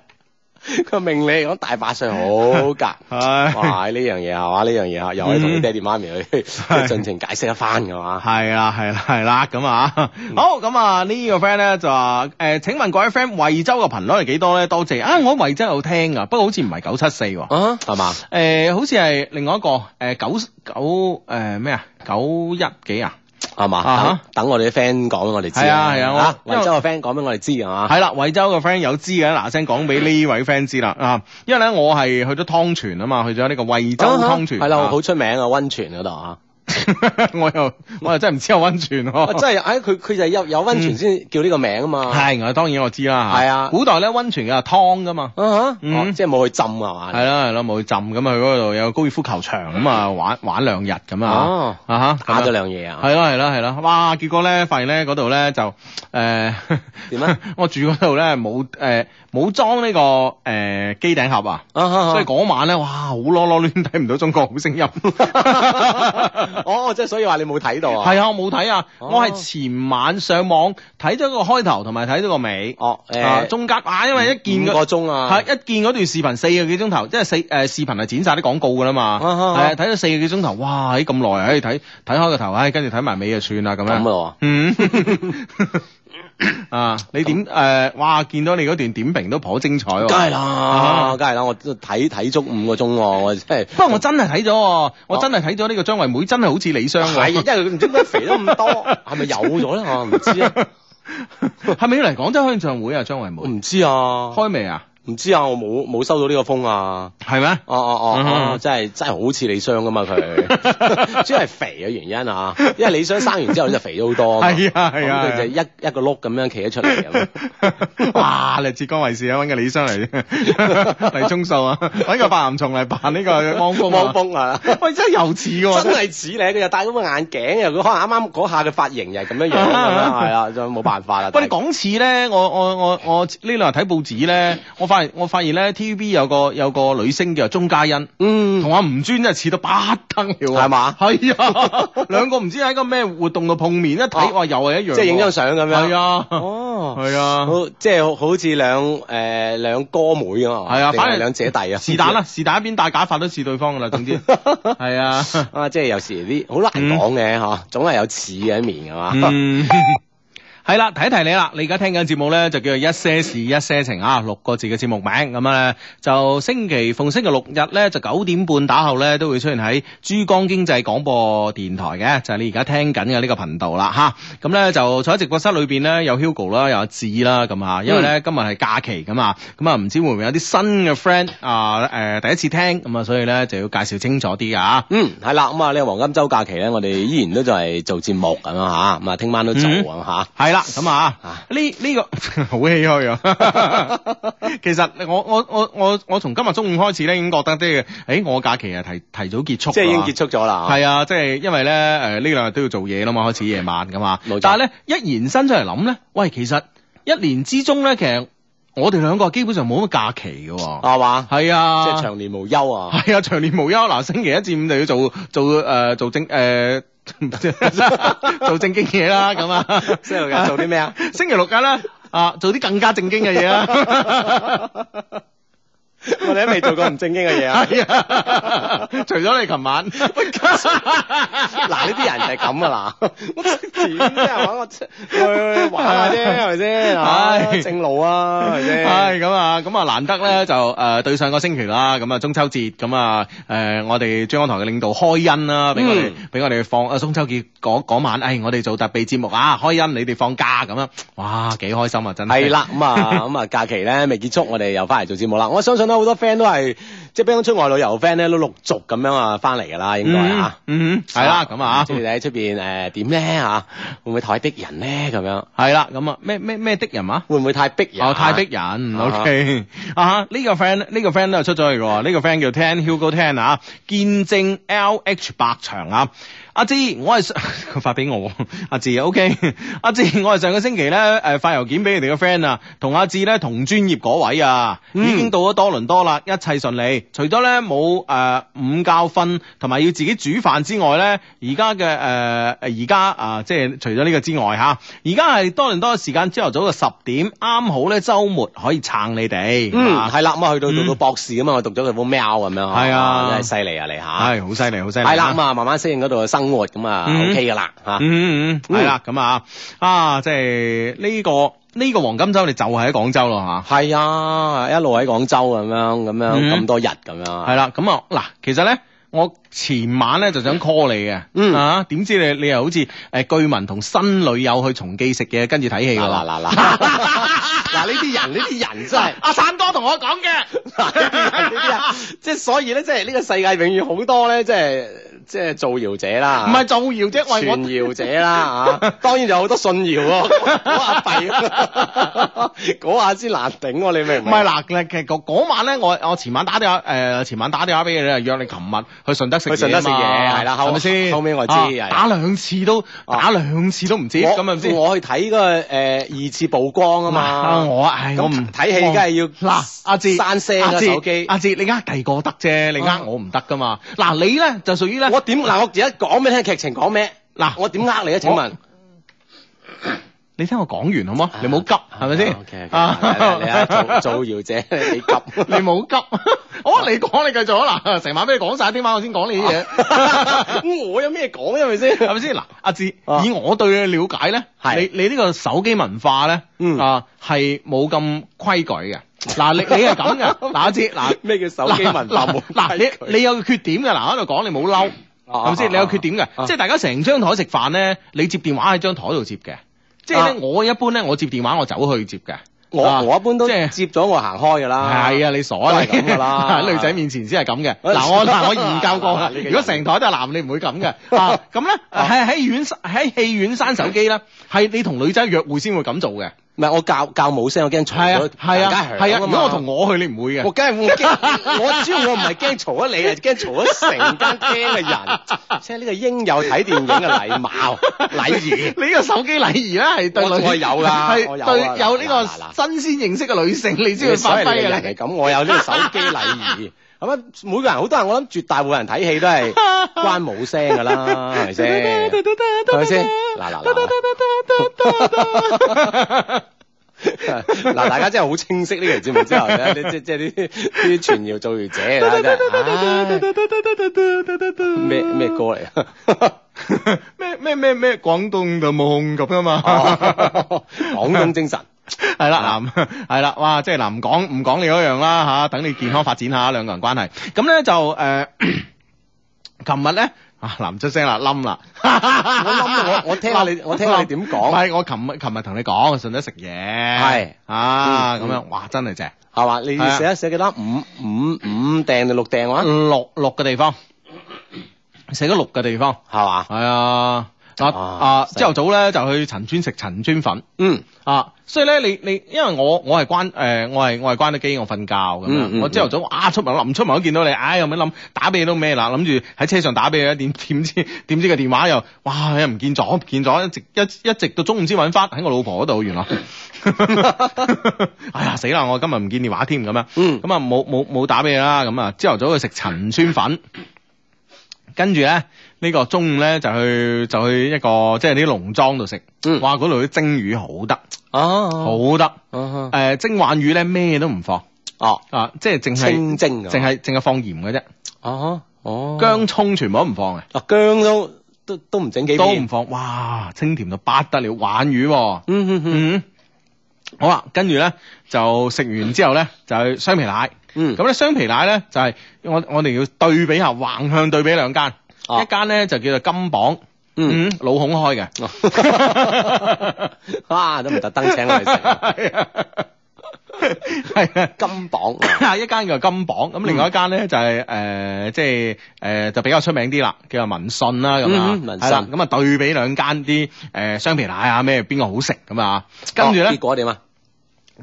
S4: 佢命理嚟講大八歲好夾。
S3: 係
S4: 哇！呢樣嘢係嘛？呢樣嘢啊，又可以同你爹哋 媽咪去去盡情解釋一番㗎嘛？
S3: 係啦，係啦，係啦，咁啊，
S4: 嗯
S3: 好咁啊，呢個 friend 咧就話誒，請問各位 friend 惠州嘅頻率係幾多咧？多謝啊，我喺惠州有聽噶，不過好似唔係九七四喎。
S4: 啊，係嘛？
S3: 誒、好似係另外一個誒、九九誒咩啊？九一幾啊？
S4: 係
S3: 啊
S4: 嘛
S3: 哈？
S4: 等等我哋啲 friend 講俾我哋知
S3: 係啊係啊我因為
S4: 惠州嘅 friend 講俾我哋知係嘛？
S3: 係啦，惠州嘅 friend 有知嘅，嗱聲講俾呢位 friend 知啦啊！因為咧，我係去咗湯泉啊嘛，去咗呢個惠州湯泉，
S4: 係啦，
S3: 啊
S4: 好出名啊，温泉嗰度啊。
S3: 我又我又真係唔知有温泉
S4: 啊
S3: 喎，
S4: 真係，唉，佢佢就係有有温泉先叫呢個名啊嘛。
S3: 嗯係我當然我知啦，
S4: 係啊
S3: 古代咧温泉嘅係湯噶嘛。
S4: 啊哈，哦
S3: 嗯
S4: 即係冇去浸啊係嘛？
S3: 係啦係啦，冇去浸咁去嗰度有個高爾夫球場咁啊，玩玩兩日咁啊，
S4: 哦，
S3: 啊吓
S4: 打咗兩嘢啊，
S3: 係啦係啦係啦，哇！結果咧發現咧嗰度咧就誒
S4: 點啊？
S3: 我住嗰度咧冇誒冇裝呢個誒機頂盒啊，
S4: 啊哈
S3: 所以嗰晚咧哇好囉囉攣睇唔到中國好 聲音。
S4: 哦，即係所以話你冇睇到啊？
S3: 係啊，我冇睇啊，
S4: 哦
S3: 我係前晚上網睇咗個開頭同埋睇咗個尾，
S4: 哦，
S3: 啊
S4: 誒，
S3: 中間啊，因為一見
S4: 五
S3: 個
S4: 個鐘啊，
S3: 係一見嗰段視頻四個幾鐘頭，即係四誒視頻係剪晒啲廣告㗎啦嘛，
S4: 啊啊啊
S3: 係啊睇咗四個幾鐘頭，哇！喺咁耐，唉睇睇開個頭，唉跟住睇埋尾就算啦咁
S4: 咁
S3: 樣。
S4: 咯
S3: 嗯， 啊，你點誒？哇！見到你嗰段點評都頗精彩
S4: 喎，梗
S3: 喎。
S4: 係啦，
S3: 啊
S4: 梗係啦，我都睇睇足五個鐘喎，我真係。
S3: 不過我真係睇咗喎，我真係睇咗呢個張惠妹，真係好似李湘
S4: 哦係，因為
S3: 喎。
S4: 佢唔知點解肥咗咁多，係咪有咗咧？我唔知啊，
S3: 係咪要嚟 廣州開演唱會啊？張惠
S4: 我
S3: 妹
S4: 唔知啊，
S3: 開未啊？
S4: 唔知啊，我冇冇收到呢個風啊！
S3: 係咩？
S4: 哦哦
S3: 嗯
S4: 哦哦，
S3: 哼
S4: 真係真係好似李湘噶嘛佢， 主要係肥嘅原因啊，因為李湘生完之後就肥咗好多 嘛，
S3: 係啊係啊係
S4: 咁
S3: 啊
S4: 佢就一一個碌咁樣企咗出嚟啊 咁，
S3: 哇！你浙江衛視啊，揾個李生嚟 嚟充數啊，揾個白岩松嚟扮呢個汪峰啊
S4: 汪。峰啊。
S3: 喂，真係又似喎，
S4: 真係似你，佢又戴嗰個眼鏡，又佢可能啱啱嗰下嘅髮型又係 咁樣樣咁樣，係啊，就冇辦法啦。
S3: 喂，你講似咧，我我我我呢兩日睇報紙咧，我發現我發現咧 TVB 有個有個女星叫鐘嘉欣，
S4: 嗯，
S3: 同阿吳尊真係似到不得了啊，
S4: 係嘛
S3: 係啊， 兩個唔知喺個咩活動度碰面，一
S4: 啊
S3: 睇哇又係一樣喎，
S4: 即係影張相咁樣。
S3: 係，啊，
S4: 哦，
S3: 係啊，
S4: 好，即係好似兩誒兩哥妹咁啊，
S3: 係啊，
S4: 定係
S3: 反正
S4: 兩姐弟啊，
S3: 是但啦，是但一邊戴假髮都似對方噶啦，總之係啊，
S4: 啊，即係有時啲好難講嘅嚇，總係有似嘅一面嘅嘛。
S3: 嗯。 係啦，提一提你啦，你而家聽緊節目咧就叫做一些事一些情啊，六個字嘅節目名咁啊，就星期逢星期六日咧就九點半打後咧都會出現喺珠江經濟廣播電台嘅，就係、你而家聽緊嘅呢個頻道啦吓，咁、咧就坐喺直播室裏邊咧有 Hugo 啦，有阿志啦咁啊，因為咧今日係假期咁啊，咁啊唔知會唔會有啲新嘅 friend 啊誒、第一次聽咁啊，所以咧就要介紹清楚啲啊。
S4: 嗯，係啦，咁啊，呢個黃金周假期咧，我哋依然都就係做節目咁啊嚇，咁啊，聽晚都做
S3: 嗯
S4: 咁嚇。
S3: 系啦，咁啊
S4: 啊，
S3: 呢呢、個 好唏噓啊！ 其實我我我我我從今日中午開始咧，已經覺得即係，誒、我假期啊提提早結束啦，
S4: 嗯即係已經結束咗啦，
S3: 係啊，即係因為咧，誒、呢兩日都要做嘢啦嘛，開始夜晚噶嘛
S4: 冇錯。
S3: 但係咧，一延伸出嚟諗咧，喂，其實一年之中咧，其實我哋兩個基本上冇乜假期嘅喎。
S4: 係嘛，
S3: 係啊，
S4: 哦即係長年無休啊。
S3: 係啊，長年無休。嗱，星期一至五就要做做诶、呃做正诶。 做正經嘢啦，咁啊，
S4: 星期六日做啲 咩啊？
S3: 星期六日咧，啊，做啲更加正經嘅嘢啦。
S4: 我哋都未做過唔正經嘅嘢啊！
S3: 係啊， 除咗你琴晚，
S4: 嗱，呢啲人就係咁啊！嗱，我點啫係嘛？我去玩下 啫，係咪先？
S3: 係
S4: 係正路啊，係咪 先？
S3: 唉，咁啊，咁啊，難得咧就誒、呃、對上個星期啦，咁啊中秋節，咁啊誒我哋珠江台嘅領導開恩啦，俾我哋
S4: 嗯
S3: 俾、我哋放啊中秋節嗰嗰晚，哎唉、我哋做特備節目啊，開恩你哋放假咁樣，啊哇幾開心啊真係
S4: 係，啦，咁 啊，咁啊，假期咧未結束，我哋又翻嚟做節目啦。我相信咧，好多 friend 都係即係幫出外旅遊 friend 咧，都陸續咁樣啊翻嚟㗎啦，應該
S3: 嗯
S4: 啊。
S3: 嗯係啦咁啊
S4: 即。係你喺出邊誒點咧嚇？會唔會太逼人咧？咁樣
S3: 係啦，咁啊，咩咩咩的人啊？
S4: 會唔會太逼人？
S3: 哦，太逼人
S4: 啊
S3: ，OK 啊！呢個 friend 呢個 friend 都係出咗去嘅喎，呢個 friend 叫 Ten Hugo Ten 啊，見證 LH 百場啊！阿志，我係上 佢發俾我喎，阿志 OK，阿志，我係上個星期咧誒發郵件俾你哋嘅 friend 啊，同阿志咧同專業嗰位啊，
S4: 嗯
S3: 已經到咗多倫多啦，一切順利，除咗咧冇呃誒午覺瞓同埋要自己煮飯之外咧，而家嘅誒誒而家啊，即係除咗呢個之外嚇，而家係多倫多嘅時間，朝頭早嘅十點，啱好咧週末可以撐你哋，
S4: 嗯，
S3: 啊
S4: 係啦，咁啊去到讀
S3: 嗯
S4: 到博士咁啊，我讀咗佢本喵咁樣，
S3: 係啊
S4: 真係犀利啊你嚇，
S3: 係好犀利，好犀利，
S4: 係啦，咁啊慢慢適應嗰度嘅生活，咁啊
S3: 嗯
S4: OK 㗎啦嚇，
S3: 嗯嗯嗯，
S4: 嗯
S3: 係啦，咁啊啊，即係呢個呢個黃金周，你就係喺廣州咯嚇。
S4: 係啊，一路喺廣州咁樣咁樣
S3: 嗯
S4: 咁多日咁樣，
S3: 係啦，咁啊嗱，其實咧，我前晚咧就想 call 你嘅，
S4: 嗯
S3: 啊，點知你你又好似誒據聞同新女友去松記食嘢，跟住睇戲
S4: 嗱
S3: 㗎
S4: 嗱
S3: 啦。
S4: 嗱嗱， 嗱呢啲人呢啲人真係。
S3: 阿散哥同我講嘅，
S4: 嗱呢啲人即係所以咧，即係呢個世界永遠好多咧，即係即係造謠者啦，
S3: 唔係造謠啫，我係我
S4: 傳謠 者啦啊嚇，當然有好多信謠喎，嗰 下弊，嗰下先難頂喎，你明唔
S3: 唔
S4: 明？
S3: 係嗱，其實嗰嗰晚咧，我我前晚打電話誒、前晚打電話俾你，約你琴日去順德食嘢
S4: 去順德食嘢
S3: 嘛
S4: 係啦後
S3: 係咪先？
S4: 後尾我知
S3: 啊
S4: 係哦
S3: 打兩次都打兩次都唔知，咁啊唔知
S4: 我我去睇嗰個呃誒二次曝光啊
S3: 啊
S4: 嘛，
S3: 我唉，我唔
S4: 咁睇戲梗係要
S3: 嗱，阿志
S4: 刪聲
S3: 阿
S4: 啊
S3: 志
S4: 手機啊
S3: 阿志你呃第個得啫，你呃我唔得噶嘛。嗱，你咧就屬於咧，
S4: 我點嗱我而家講俾你聽劇情講咩？
S3: 嗱
S4: 嗱我點呃你啊？請問
S3: 你聽我講完好
S4: 啊
S3: 嗎？你唔好急，係咪先
S4: ？OK OK，你啊 造造謠者，你急。
S3: 你冇急， 好，你講你繼續啊！嗱，成晚俾你講晒，聽晚我先講你啲 嘢。
S4: 咁嗯我有咩講啫？係咪先？
S3: 係咪先？嗱，阿志，
S4: 啊
S3: 以我對你嘅了解咧，
S4: 係
S3: 你你呢個手機文化咧，
S4: 嗯
S3: 啊係冇咁規矩嘅。嗱，你你係咁嘅，嗱阿志，嗱
S4: 咩叫手機文化
S3: 嗱
S4: 冇
S3: 嗱
S4: 規矩
S3: 你你有個缺點嘅，嗱我喺度講你冇嬲，嗯啊係咪先？你有缺點嘅，即係大家成張台食飯咧，你接電話喺張台度接嘅，即係咧
S4: 啊
S3: 我一般咧我接電話我走去接嘅，啊
S4: 我我一般都
S3: 即係
S4: 接咗我行開㗎啦。
S3: 係啊，你傻啊，
S4: 都係咁㗎啦
S3: 喺 女仔面前先係咁嘅。
S4: 喂
S3: 嗱，我嗱我研究過
S4: 啊，你嘅
S3: 如果成台都係男，你唔會咁嘅。 啊，咁咧喺喺院喺戲院閂手機咧，係你同女仔約會先會咁做嘅。
S4: 唔係我教教冇聲，我驚嘈
S3: 係啊
S4: 咗，
S3: 係啊
S4: 大家響
S3: 係啊！
S4: 嘛
S3: 如果我同我去，你唔會嘅
S4: 我。梗係我驚，我主要我唔係驚嘈咗啊你，係驚嘈咗成間廳嘅 人。即係呢個應有睇電影嘅禮貌禮儀。
S3: 你呢個手機禮儀咧係對
S4: 我
S3: 女
S4: 我有啦
S3: 係
S4: 我有啊
S3: 對有呢
S4: 嗱嗱
S3: 個新鮮認識嘅女性，你先會
S4: 所
S3: 發揮啊
S4: 謂你嘅
S3: 嘅
S4: 人
S3: 你
S4: 係。咁，我有呢個手機禮儀。咁啊，每個人好多人，我諗絕大部分人睇戲 都係關冇聲㗎啦，係咪先？係咪先？嗱嗱嗱。嗱，大家真係好清晰呢期節目之後咧，你即即係啲啲傳謠造 謠者啊，真係唉咩咩歌嚟啊？
S3: 咩咩咩咩廣東就冇空咁啊嘛，
S4: 哦廣東精神
S3: 係啦嗱，係啦，哇！即係嗱，唔講唔講你嗰樣啦吓，等你健康發展下兩個人關係。咁咧就誒， 琴日咧啊，嗱唔出聲啦，冧啦。我
S4: 冧啦我我聽下你我聽下你點講
S3: 唔係我琴日琴日同你講，我順德食嘢。
S4: 係
S3: 啊，
S4: 嗯
S3: 咁樣哇，真係正。
S4: 係嘛？你
S3: 係啊嗯
S4: 要寫一寫幾多？五五五訂定六啊訂話
S3: 六六嘅地方，食咗六嘅地方。
S4: 係嘛？
S3: 係啊，啊啊，
S4: 犀利
S3: 朝頭早咧就去陳村食陳村粉
S4: 嗯
S3: 啊，所以咧你你，因為我我係關誒、呃我係我係關咗機，我瞓覺咁樣，
S4: 嗯嗯
S3: 我朝頭早啊出門口臨出門口見到你，唉有咩諗打俾你都咩啦，諗住喺車上打俾你， 點點知點知個電話又哇又唔見咗唔見咗，一直一一直到中午先揾翻喺我老婆嗰度，原來， 哎呀死啦，我今日唔見電話添咁樣。
S4: 嗯
S3: 咁啊冇冇冇打俾你啦，咁啊朝頭早去食陳村粉，跟住咧呢、個中午咧就去就去一個即係啲農莊度食，
S4: 嗯
S3: 哇嗰度啲蒸魚好得
S4: 哦
S3: 好得，誒、
S4: 哦
S3: 蒸皖魚咧咩都唔放，
S4: 哦，
S3: 啊，即係淨係
S4: 清蒸
S3: 淨
S4: 啊，
S3: 係淨係放鹽嘅啫，
S4: 哦哦，
S3: 姜葱全部都唔放嘅，
S4: 啊姜都都都唔整幾
S3: 都唔
S4: 片，
S3: 放，哇，清甜到不得了，鯇魚喎，
S4: 嗯嗯嗯
S3: 嗯，好啦，跟住咧就食完之後咧就係雙皮奶。
S4: 嗯，
S3: 咁咧雙皮奶咧就係我我哋要對比下，橫向對比兩間，
S4: 啊
S3: 一間咧就叫做金榜，
S4: 嗯哦
S3: 嗯，老孔 開嘅，
S4: 啊都唔特登請我哋食啊
S3: 係啊。
S4: 金榜
S3: 啊！一間叫金榜，咁另外一間咧就係
S4: 嗯
S3: 誒，即係誒就比較出名啲啦，叫做民信啦咁啊，
S4: 嗯民信
S3: 係啦咁啊對比兩間啲誒雙皮奶啊咩邊個好食咁啊，跟住
S4: 哦
S3: 咧
S4: 結果點啊？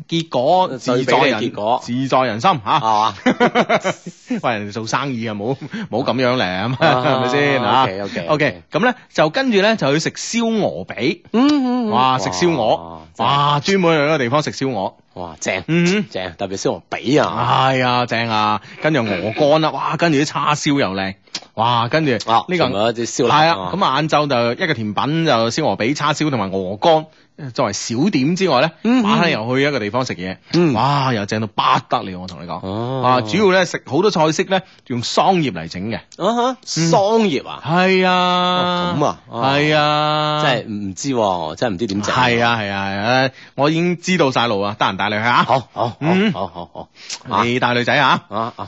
S3: 結果自
S4: 對比
S3: 在
S4: 嘅
S3: 人
S4: 結果啊
S3: 自在人心嚇
S4: 係。嘛？
S3: 喂，人哋做生意啊，冇冇咁樣咧， 係
S4: 啊
S3: 咪先啊
S4: OK，OK，OK
S3: OK，咁咧就跟住咧就去食燒鵝髀，
S4: 嗯嗯
S3: 哇！食燒鵝，哇！專門去一個地方食燒鵝，
S4: 哇正
S3: 嗯，
S4: 正，特別燒鵝髀啊，
S3: 哎呀正啊！跟住鵝肝啦，哇！跟住啲叉燒又靚，哇！跟住呢
S4: 啊
S3: 個
S4: 仲有一隻燒臘哦
S3: 係啊，咁啊晏晝就一個甜品就燒鵝髀、叉燒同埋鵝肝，作為小點之外咧，
S4: 嗯
S3: 晚黑又去一個地方食嘢，
S4: 嗯
S3: 哇！又正到不得了，我同你講，
S4: 哦
S3: 啊！主要咧食好多菜式咧用桑葉嚟整嘅。
S4: 啊哈桑葉啊，
S3: 系啊，
S4: 哦咁啊哦
S3: 系啊，
S4: 真係唔知喎，真係唔知點整。
S3: 系啊係啊係啊，我已經知道晒路啊，得閒帶你去啊，
S4: 好好
S3: 嗯
S4: 好好好好啊，
S3: 你帶女仔啊
S4: 啊 啊，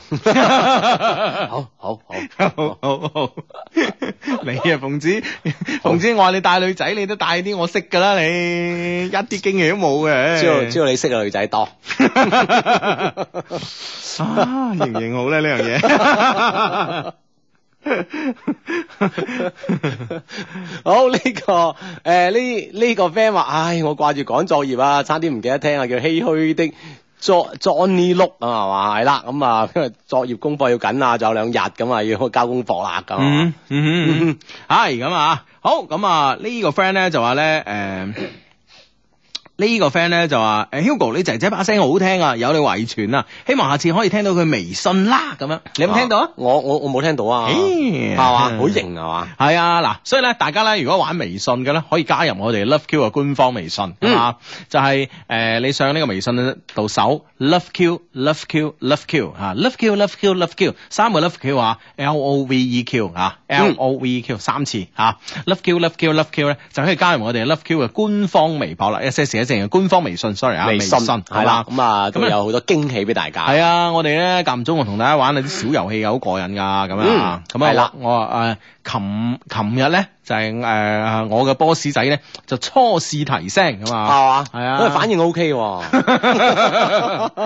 S4: 好好好，
S3: 好好好，你啊鳳子，鳳子我話你帶女仔，你都帶啲我識噶啦，你一啲經驗都冇嘅，
S4: 知道知道你識嘅女仔 多，
S3: 啊，型唔型好咧呢樣嘢？
S4: 好呢個誒呢呢個 friend 話，唉，我掛住趕作業啊，差啲唔記得聽啊，叫唏噓的。Jo- Johnny Look 啊，係嘛，係啦，咁啊， 因為作業功課要緊啊，仲有兩日咁啊，要交功課啦，咁啊
S3: 嗯嗯嗯，系咁啊，好咁啊，呢個 friend 咧就話咧，诶。呢個 friend 咧就話：誒 Hugo，你仔仔把聲好聽啊，有你遺傳啊，希望下次可以聽到佢微信啦咁樣。你有冇聽到啊？
S4: 我我我冇聽到啊，
S3: 咦
S4: 係嘛，好型啊嘛，
S3: 係啊，嗱，所以咧，大家咧，如果玩微信嘅咧，可以加入我哋 Love Q 嘅官方微信，
S4: 嗯
S3: 啊，就係、呃你上呢個微信度搜 Love Q Love Q Love Q 啊，Love Q Love Q Love Q 三個 Love Q 啊，L O V E Q 啊，L
S4: 嗯
S3: O V E Q 三次啊，Love Q Love Q Love Q 咧就可以加入我哋 Love Q 嘅官方微博啦，一些事一些情嘅官方微信，sorry 啊，微信
S4: 係
S3: 係
S4: 啦
S3: 啦，。
S4: 咁啊，
S3: 咁
S4: 咁
S3: 啊
S4: 有好多驚喜俾大家。
S3: 系啊，我哋咧間唔中我同大家玩下啲小遊戲，好過癮噶咁樣啊。
S4: 嗯
S3: 咁啊，
S4: 係啦
S3: 我我诶，琴琴日咧就係诶我嘅 boss 仔咧就初試提升咁啊，
S4: 係嘛？
S3: 係啊
S4: 咁佢反應 O K 喎，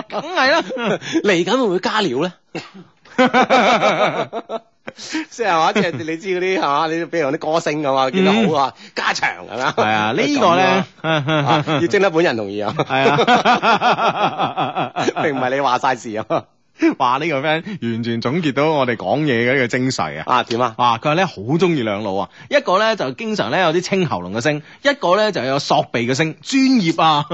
S3: 梗係啦，
S4: 嚟緊會唔會加料咧？即係話，即係你知嗰啲係嘛？你比如啲歌星咁啊，見
S3: 嗯
S4: 到好啊，加長係嘛？
S3: 係 啊，呢個咧
S4: 咁 啊啊要徵得本人同意啊，
S3: 係啊，
S4: 並唔係你話晒事啊。
S3: 話呢個 friend 完全總結到我哋講嘢嘅呢個精髓啊。
S4: 啊點啊？
S3: 啊！佢話咧好中意兩老啊，一個咧就經常咧有啲清喉嚨嘅聲，一個咧就有索鼻嘅聲，專業啊！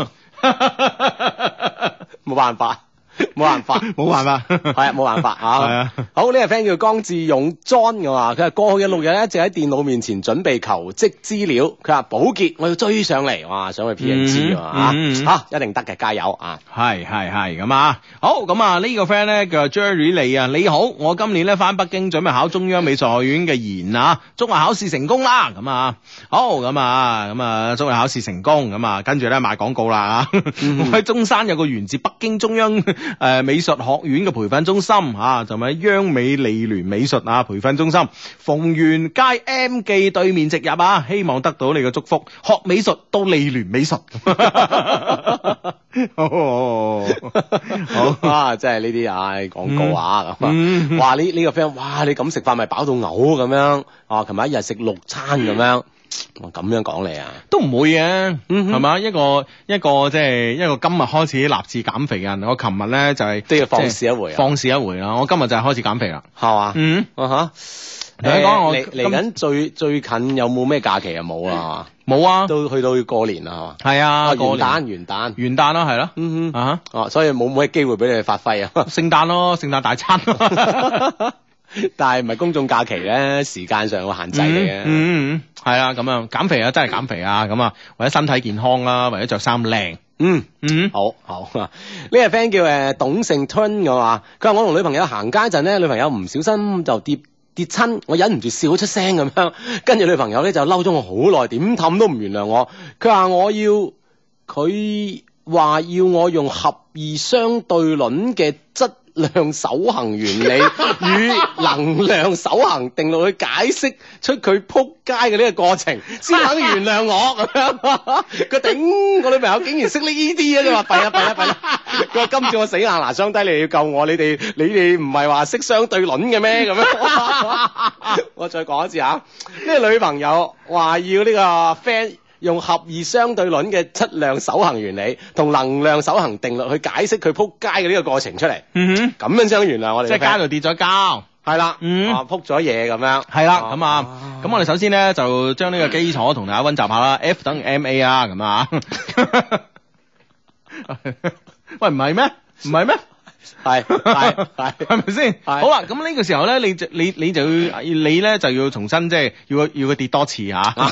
S4: 冇辦法， 冇辦法。
S3: 冇辦法，
S4: 係啊，冇辦法啊！
S3: 係啊
S4: 好呢個 friend 叫江志勇 John 嘅話，佢話過去嘅六日咧，一直喺電腦面前準備求職資料。佢話寶傑，我要追上嚟，哇！想去 P N G 啊
S3: 嗯嗯嗯嗯，
S4: 嚇一定得嘅，加油啊！
S3: 係係係咁啊！好咁啊，呢個 friend 咧叫 Jerry 利啊，你好，我今年咧翻北京準備考中央美術學院嘅研啊，祝我考試成功啦！咁啊，好咁啊，咁啊，祝我考試成功咁啊，跟住咧賣廣告啦啊！ 我喺中山有個源自北京中央 誒美術學院嘅培訓中心啊，就咪央美利聯美術啊培訓中心，逢源街 M 記對面直入啊，希望得到你嘅祝福，學美術到利聯美術。 哦，好。
S4: 啊，真係呢啲啊廣告啊咁
S3: 嗯
S4: 啊，哇！呢呢個 friend，哇！你咁食飯咪飽到嘔咁樣啊！琴日一日食六餐咁樣，我咁樣講你啊，
S3: 都唔會嘅，
S4: 嗯哼
S3: 係嘛、一個一個即係一個今日開始立志減肥嘅人，我琴日咧就係、
S4: 都要放
S3: 即係
S4: 肆一回啊
S3: 放肆一回啦。我今日就係開始減肥啦。
S4: 係嘛？
S3: 嗯，
S4: 啊哈！
S3: 你講我
S4: 誒嚟嚟緊最最近有冇咩假期啊？冇啊，
S3: 冇啊，
S4: 都去到過年啦，係嘛？
S3: 係
S4: 啊，
S3: 啊，
S4: 元
S3: 過年
S4: 旦元旦，
S3: 元旦咯，係咯，
S4: 嗯哼，
S3: 啊，。
S4: 哦，所以冇咩機會俾你哋發揮啊
S3: 聖誕咯，聖誕大餐 咯，
S4: 但係唔係公眾假期咧，時間上有限制嚟
S3: 嗯
S4: 嘅。
S3: 嗯嗯，係啊，咁樣減肥啊，真係減肥啊，咁啊，為咗身體健康啦，為咗着衫靚，
S4: 嗯嗯。
S3: 嗯，
S4: 好好啊！呢個 friend 叫誒董勝春嘅嘛，佢話我同女朋友行街陣咧，女朋友唔小心就跌跌親，我忍唔住笑咗出聲咁樣，跟住女朋友咧就嬲咗我好耐，點氹都唔原諒我。佢話我要佢話要我用合二相對論嘅質量守恒原理與能量守恒定律去解釋出佢撲街嘅呢個過程，先肯原諒我咁樣。佢頂我女朋友竟然識呢啲啊！你話弊啦弊啦弊啦！佢話今次我死硬嗱雙低，你哋要救我，你哋你哋唔係話識相對論嘅咩？咁樣， 我再講一次啊！呢個女朋友話要呢個 friend。用合二相對論嘅質量守恒原理同能量守恒定律去解釋佢撲街嘅呢個過程出嚟，
S3: 嗯哼，
S4: 咁樣先可以原諒我哋
S3: 即
S4: 嘅 friend。
S3: 係街度跌咗跤。
S4: 係啦，
S3: 嗯
S4: 啊撲咗嘢咁樣，
S3: 係啦，咁啊，咁我哋首先咧就將呢個基礎同大家温習下啦，F 等於 ma 啊，咁啊， 喂，唔係咩？唔係咩？
S4: 係係係
S3: 係咪先？
S4: 係
S3: 好啦，咁呢個時候咧，你就你你就要你咧就要重新即係要要佢跌多次嚇。
S4: 啊，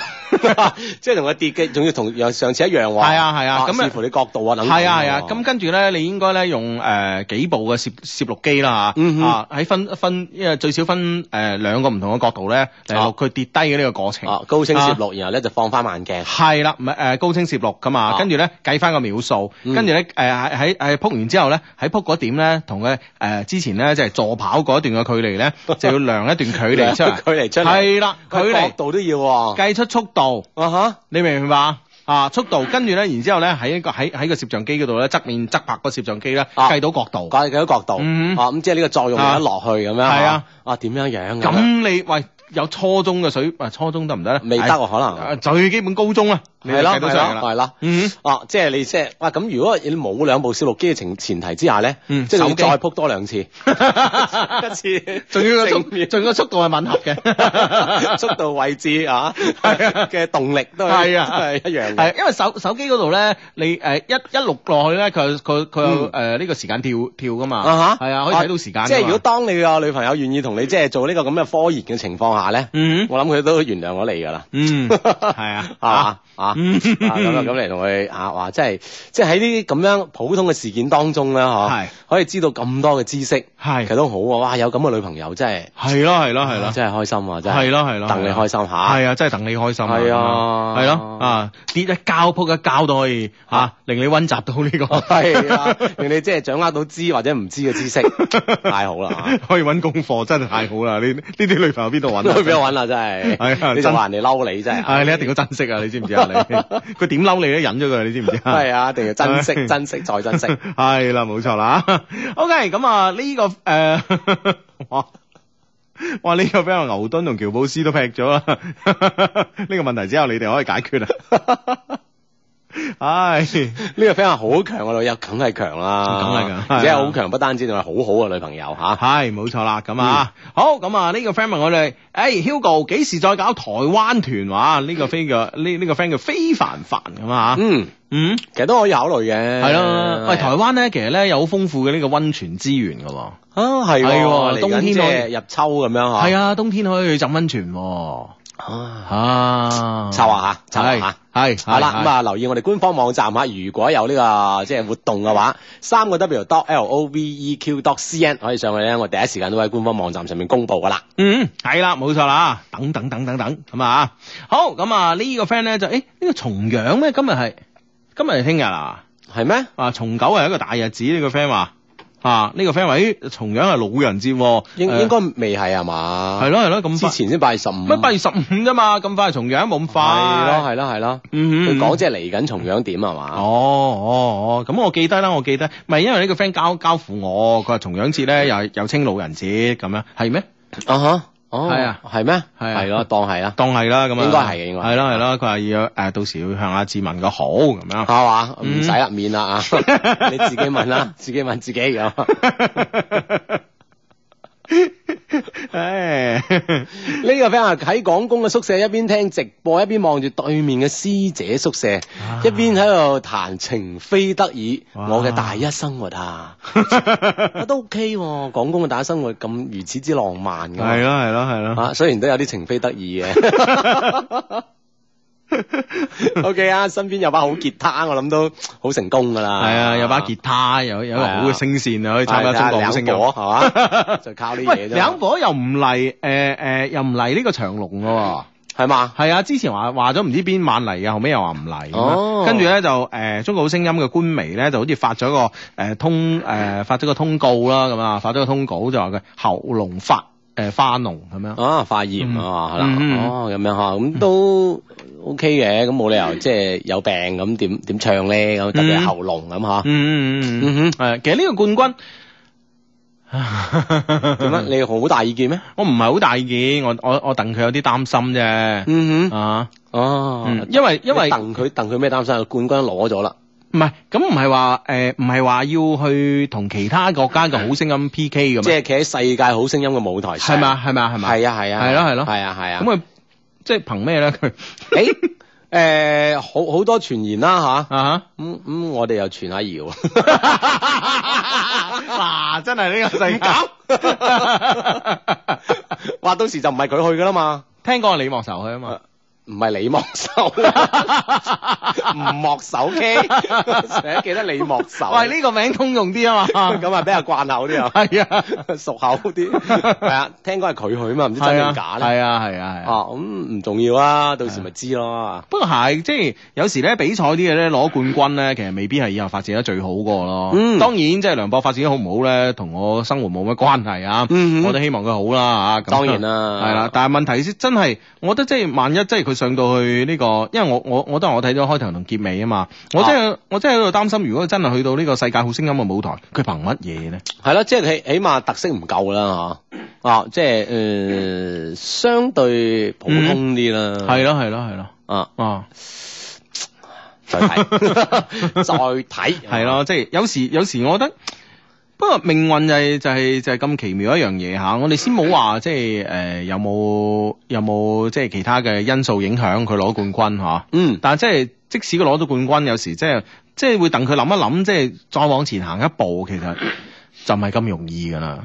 S4: 即係同佢跌嘅，仲要同樣上次一樣喎。
S3: 係啊係啊咁啊
S4: 視乎你角度啊等等喎。
S3: 係啊係啊，咁跟住咧，你應該咧用誒、呃、幾部嘅攝攝錄機啦嚇，
S4: 嗯哼
S3: 啊喺分分，因為最少分誒、呃、兩個唔同嘅角度咧嚟
S4: 啊
S3: 錄佢跌低嘅呢個過程。
S4: 啊高清攝錄，然後咧就放翻慢鏡。
S3: 係啦，唔係誒高清攝錄噶嘛，
S4: 啊
S3: 跟住咧計翻個秒數，
S4: 嗯
S3: 跟住咧誒喺喺誒撲完之後咧，喺撲嗰點咧，同佢誒之前咧即係助跑嗰一段嘅距離 咧，就要量一段距離出嚟，
S4: 距離出嚟
S3: 係啦，距
S4: 佢角
S3: 離
S4: 度都要喎。
S3: 計出速度，
S4: 啊哈，
S3: 你明唔明白？啊，速度，跟住咧，然之後咧喺一個喺喺個攝像機嗰度咧，側面側拍個攝像機咧，
S4: 啊
S3: 計到角度。
S4: 講幾多角度
S3: 嗯
S4: 啊？咁即係呢個作用有得落去咁樣。
S3: 係啊，
S4: 啊點樣樣
S3: 咁
S4: 樣
S3: 你喂有初中嘅水，啊初中得唔得咧？
S4: 未得喎，可能。
S3: 啊最基本高中啊，你就
S4: 係咯，
S3: 計到
S4: 係
S3: 出嚟
S4: 咯，
S3: 㗎啦。
S4: 係咯。
S3: 嗯，
S4: 哦，即係你即係哇！咁如果你冇兩部攝錄機嘅前前提之下咧，
S3: 嗯
S4: 即係你
S3: 手機
S4: 再撲多 兩次，一次
S3: 仲要個速，
S4: 正面
S3: 仲要個速度係吻合嘅。
S4: 速度、位置啊
S3: 係啊
S4: 嘅動力 都係
S3: 係啊
S4: 都係一樣嘅。
S3: 係，因為手手機嗰度咧，你誒一一錄落去咧，佢佢佢有誒呢個時間跳跳噶嘛，
S4: 啊哈
S3: 係啊，可以睇到時間㗎嘛。
S4: 即係如果當你個女朋友願意同你即係做呢個咁嘅科研嘅情況下咧，
S3: 嗯
S4: 我諗佢都原諒我你㗎啦。
S3: 嗯係啊，
S4: 係嘛啊
S3: 嗯
S4: 啊咁啊咁嚟同佢啊哇！即係即係喺呢啲咁樣普通嘅事件當中咧，嗬，
S3: 係
S4: 可以知道咁多嘅知識，
S3: 係
S4: 其實都好啊！哇，有咁嘅女朋友真係〜
S3: 係咯係咯係咯。
S4: 真係開心啊！真係
S3: 係咯係咯，
S4: 等你開心下。
S3: 係啊，真係等你開心
S4: 係啊
S3: 係咯啊，跌一跤撲一跤都可以吓
S4: 啊，
S3: 令你温習到呢個，
S4: 係啊，令你即係掌握到知或者唔知嘅知識，太好啦！啊
S3: 可以揾功課真係太好啦！呢呢啲女朋友邊度揾？
S4: 去邊度？揾啦？真係，
S3: 係啊
S4: 你就話人哋嬲你真係，
S3: 係你一定要珍惜啊！你知唔知啊？ 你佢點嬲你咧？忍咗佢，你知唔知啊？
S4: 係啊，一定要珍惜、
S3: 係
S4: 珍惜再珍 惜。
S3: 係啦，冇錯啦。OK，咁 啊呢個诶， 哇哇呢個俾我牛頓同喬布斯都劈咗啦。 呢個問題只有你哋可以解決啦。 唉，
S4: 呢個 friend 話好強啊嘅女友，梗係強啦，
S3: 梗係強
S4: 而且
S3: 係啊
S4: 好強，不單止仲係好好嘅女朋友吓。
S3: 係冇錯啦。咁啊，好咁啊呢個 friend 問我哋，誒 Hugo 幾時再搞台灣團話？呢個 friend 叫呢呢個 friend 叫非凡凡咁啊。
S4: 嗯，
S3: 嗯，
S4: 其實都可以考慮嘅。啊
S3: 係咯。喂，
S4: 係
S3: 台灣咧其實咧有好豐富嘅呢個温泉資源㗎喎。
S4: 啊，係
S3: 係
S4: 喎，
S3: 喎
S4: 嚟
S3: 冬
S4: 緊
S3: 天
S4: 即
S3: 可以
S4: 係入秋咁樣吓。
S3: 係啊，冬天可以去浸温泉喎。
S4: 啊，
S3: 啊，
S4: 策劃下，策劃下。
S3: 係，係
S4: 好啦，咁，啊留意我哋官方網站嚇，如果有呢、個即係活動嘅話，三個 W dot L O V E Q dot C N 可以上去咧，我第一時間都喺官方網站上面公佈噶啦。
S3: 嗯，係啦，冇錯啦，等等等等等，咁啊，好，咁啊呢個 friend 咧就，誒呢個重陽咩？今日係今日係聽日啊，
S4: 係咩？
S3: 啊重九係一個大日子，呢個 friend 話，啊呢個 friend 話，咦重陽係老人節喎，
S4: 應
S3: 誒
S4: 應該未係係嘛？
S3: 係咯係咯，咁
S4: 之
S3: 快
S4: 前啊先八月十五。
S3: 乜八月十五啫嘛，咁快係重陽冇咁快，
S4: 係咯，係咯係咯，
S3: 嗯
S4: 佢
S3: 嗯，
S4: 講即係嚟緊重陽點係嘛？
S3: 哦哦哦，咁我記得啦，我記得，唔係因為呢個 friend 交交付我，佢話重陽節咧又係又稱老人節咁樣，係咩？
S4: 啊哈，哦，
S3: 係啊
S4: 係咩？
S3: 係啊
S4: 係咯，當係啦，
S3: 當係啦，咁啊，
S4: 應該係嘅應該係
S3: 係啦係啦，佢話要誒到時要向阿志文個好咁樣。
S4: 係嘛？唔
S3: 嗯
S4: 使啦，免 啦啊，你自己問啦，自己問自己咁。
S3: 唉，
S4: 呢個 friend 啊喺廣工嘅宿舍一邊聽直播，一邊望住對面嘅師姐宿舍，一邊喺度彈情非得已，
S3: 啊哇
S4: 我嘅大一生活 啊，啊都 OK 喎、廣工嘅大一生活咁如此之浪漫㗎，
S3: 啊係咯係咯係咯，
S4: 啊，雖然都有啲情非得已嘅， O K 啊，身邊有把好吉他，啊我諗都 好成功㗎啦。
S3: 係啊，有把吉他，有有一個好嘅聲線啊，可以參加中國好聲音。
S4: 係啊 睇下兩火係嘛，就靠呢
S3: 喂，
S4: 嘢啫。
S3: 兩火又唔嚟，誒誒，又唔嚟呢個長隆嘅喎。
S4: 係嘛？
S3: 係啊，之前話話咗唔知邊晚嚟嘅，後尾又話唔嚟咁樣。
S4: 哦
S3: 跟住咧就誒、中國好聲音嘅官微咧就好似發咗個誒、通誒、呃
S4: 嗯
S3: 發咗個通告啦咁啊，發咗個通稿就話佢喉嚨發誒、呃花膿咁樣。
S4: 啊，化驗啊，係啦，
S3: 嗯
S4: 哦，咁樣嚇，咁都 O K 嘅，咁冇理由即係有病咁點點唱咧，咁特別係
S3: 嗯
S4: 喉嚨咁嚇。
S3: 嗯嗯嗯
S4: 嗯
S3: 嗯，誒，其實呢個冠軍
S4: 點啊？？你好大意見咩？
S3: 我唔係好大意見，我我我戥佢有啲擔心啫。
S4: 嗯，
S3: 啊，
S4: 哦，
S3: 嗯因為因為
S4: 你戥佢戥佢咩擔心？冠軍攞咗啦，
S3: 唔係咁唔係話誒，唔係話要去同其他國家嘅好聲音 P K 咁
S4: 即
S3: 樣，
S4: 係企喺世界好聲音嘅舞台上，
S3: 係咪啊？係咪啊？係咪啊？
S4: 係啊係啊，
S3: 係咯係咯
S4: 係啊係啊。
S3: 咁佢即係憑咩咧？佢
S4: 誒誒，好好多傳言啦吓，
S3: 啊
S4: 咁咁我哋又傳下謠，
S3: 嗱，真係呢個世界。
S4: 話到時就唔係佢去噶啦嘛，
S3: 聽講係李莫愁去啊 嘛，
S4: 唔係李莫愁， 唔莫手 K，成日記得李莫愁，
S3: 喂呢個名通用啲啊嘛，
S4: 咁啊比較慣口啲啊，
S3: 係啊，
S4: 熟口啲，係啊，聽講係佢去啊嘛，唔知真定假咧，
S3: 係啊係啊係啊。
S4: 啊咁唔重要啊，到時咪知咯，
S3: 不過係，即係有時咧比賽啲嘢咧攞冠軍咧，其實未必係以後發展得最好嗰個咯。
S4: 嗯
S3: 當然即係梁博發展得好唔好咧，同我生活冇乜關係啊。
S4: 嗯嗯
S3: 我都希望佢好啦啊嚇。咁
S4: 當然啦
S3: 係啦。但係問題先真係，我覺得即係萬一即係佢上到去呢、個，因為我我我當然我睇咗開頭同結尾啊嘛，我真係、我真係喺度擔心，如果真係去到呢個世界好聲音嘅舞台，佢憑乜嘢咧？
S4: 係咯，即係起起碼特色唔夠啦吓，啊即係誒相對普通啲啦，
S3: 係咯係咯係咯
S4: 啊。
S3: 啊！
S4: 再 睇，再睇，
S3: 係咯，即係有時有時我覺得。不過命運就係、就係、就係、咁奇妙一樣嘢嚇，我哋先冇話即係誒、呃有冇有冇即係其他嘅因素影響佢攞冠軍嚇，
S4: 嗯，
S3: 但係即係即使佢攞到冠軍，有時即係即係會等佢諗一諗，即係再往前行一步，其 實就唔係咁容易㗎啦。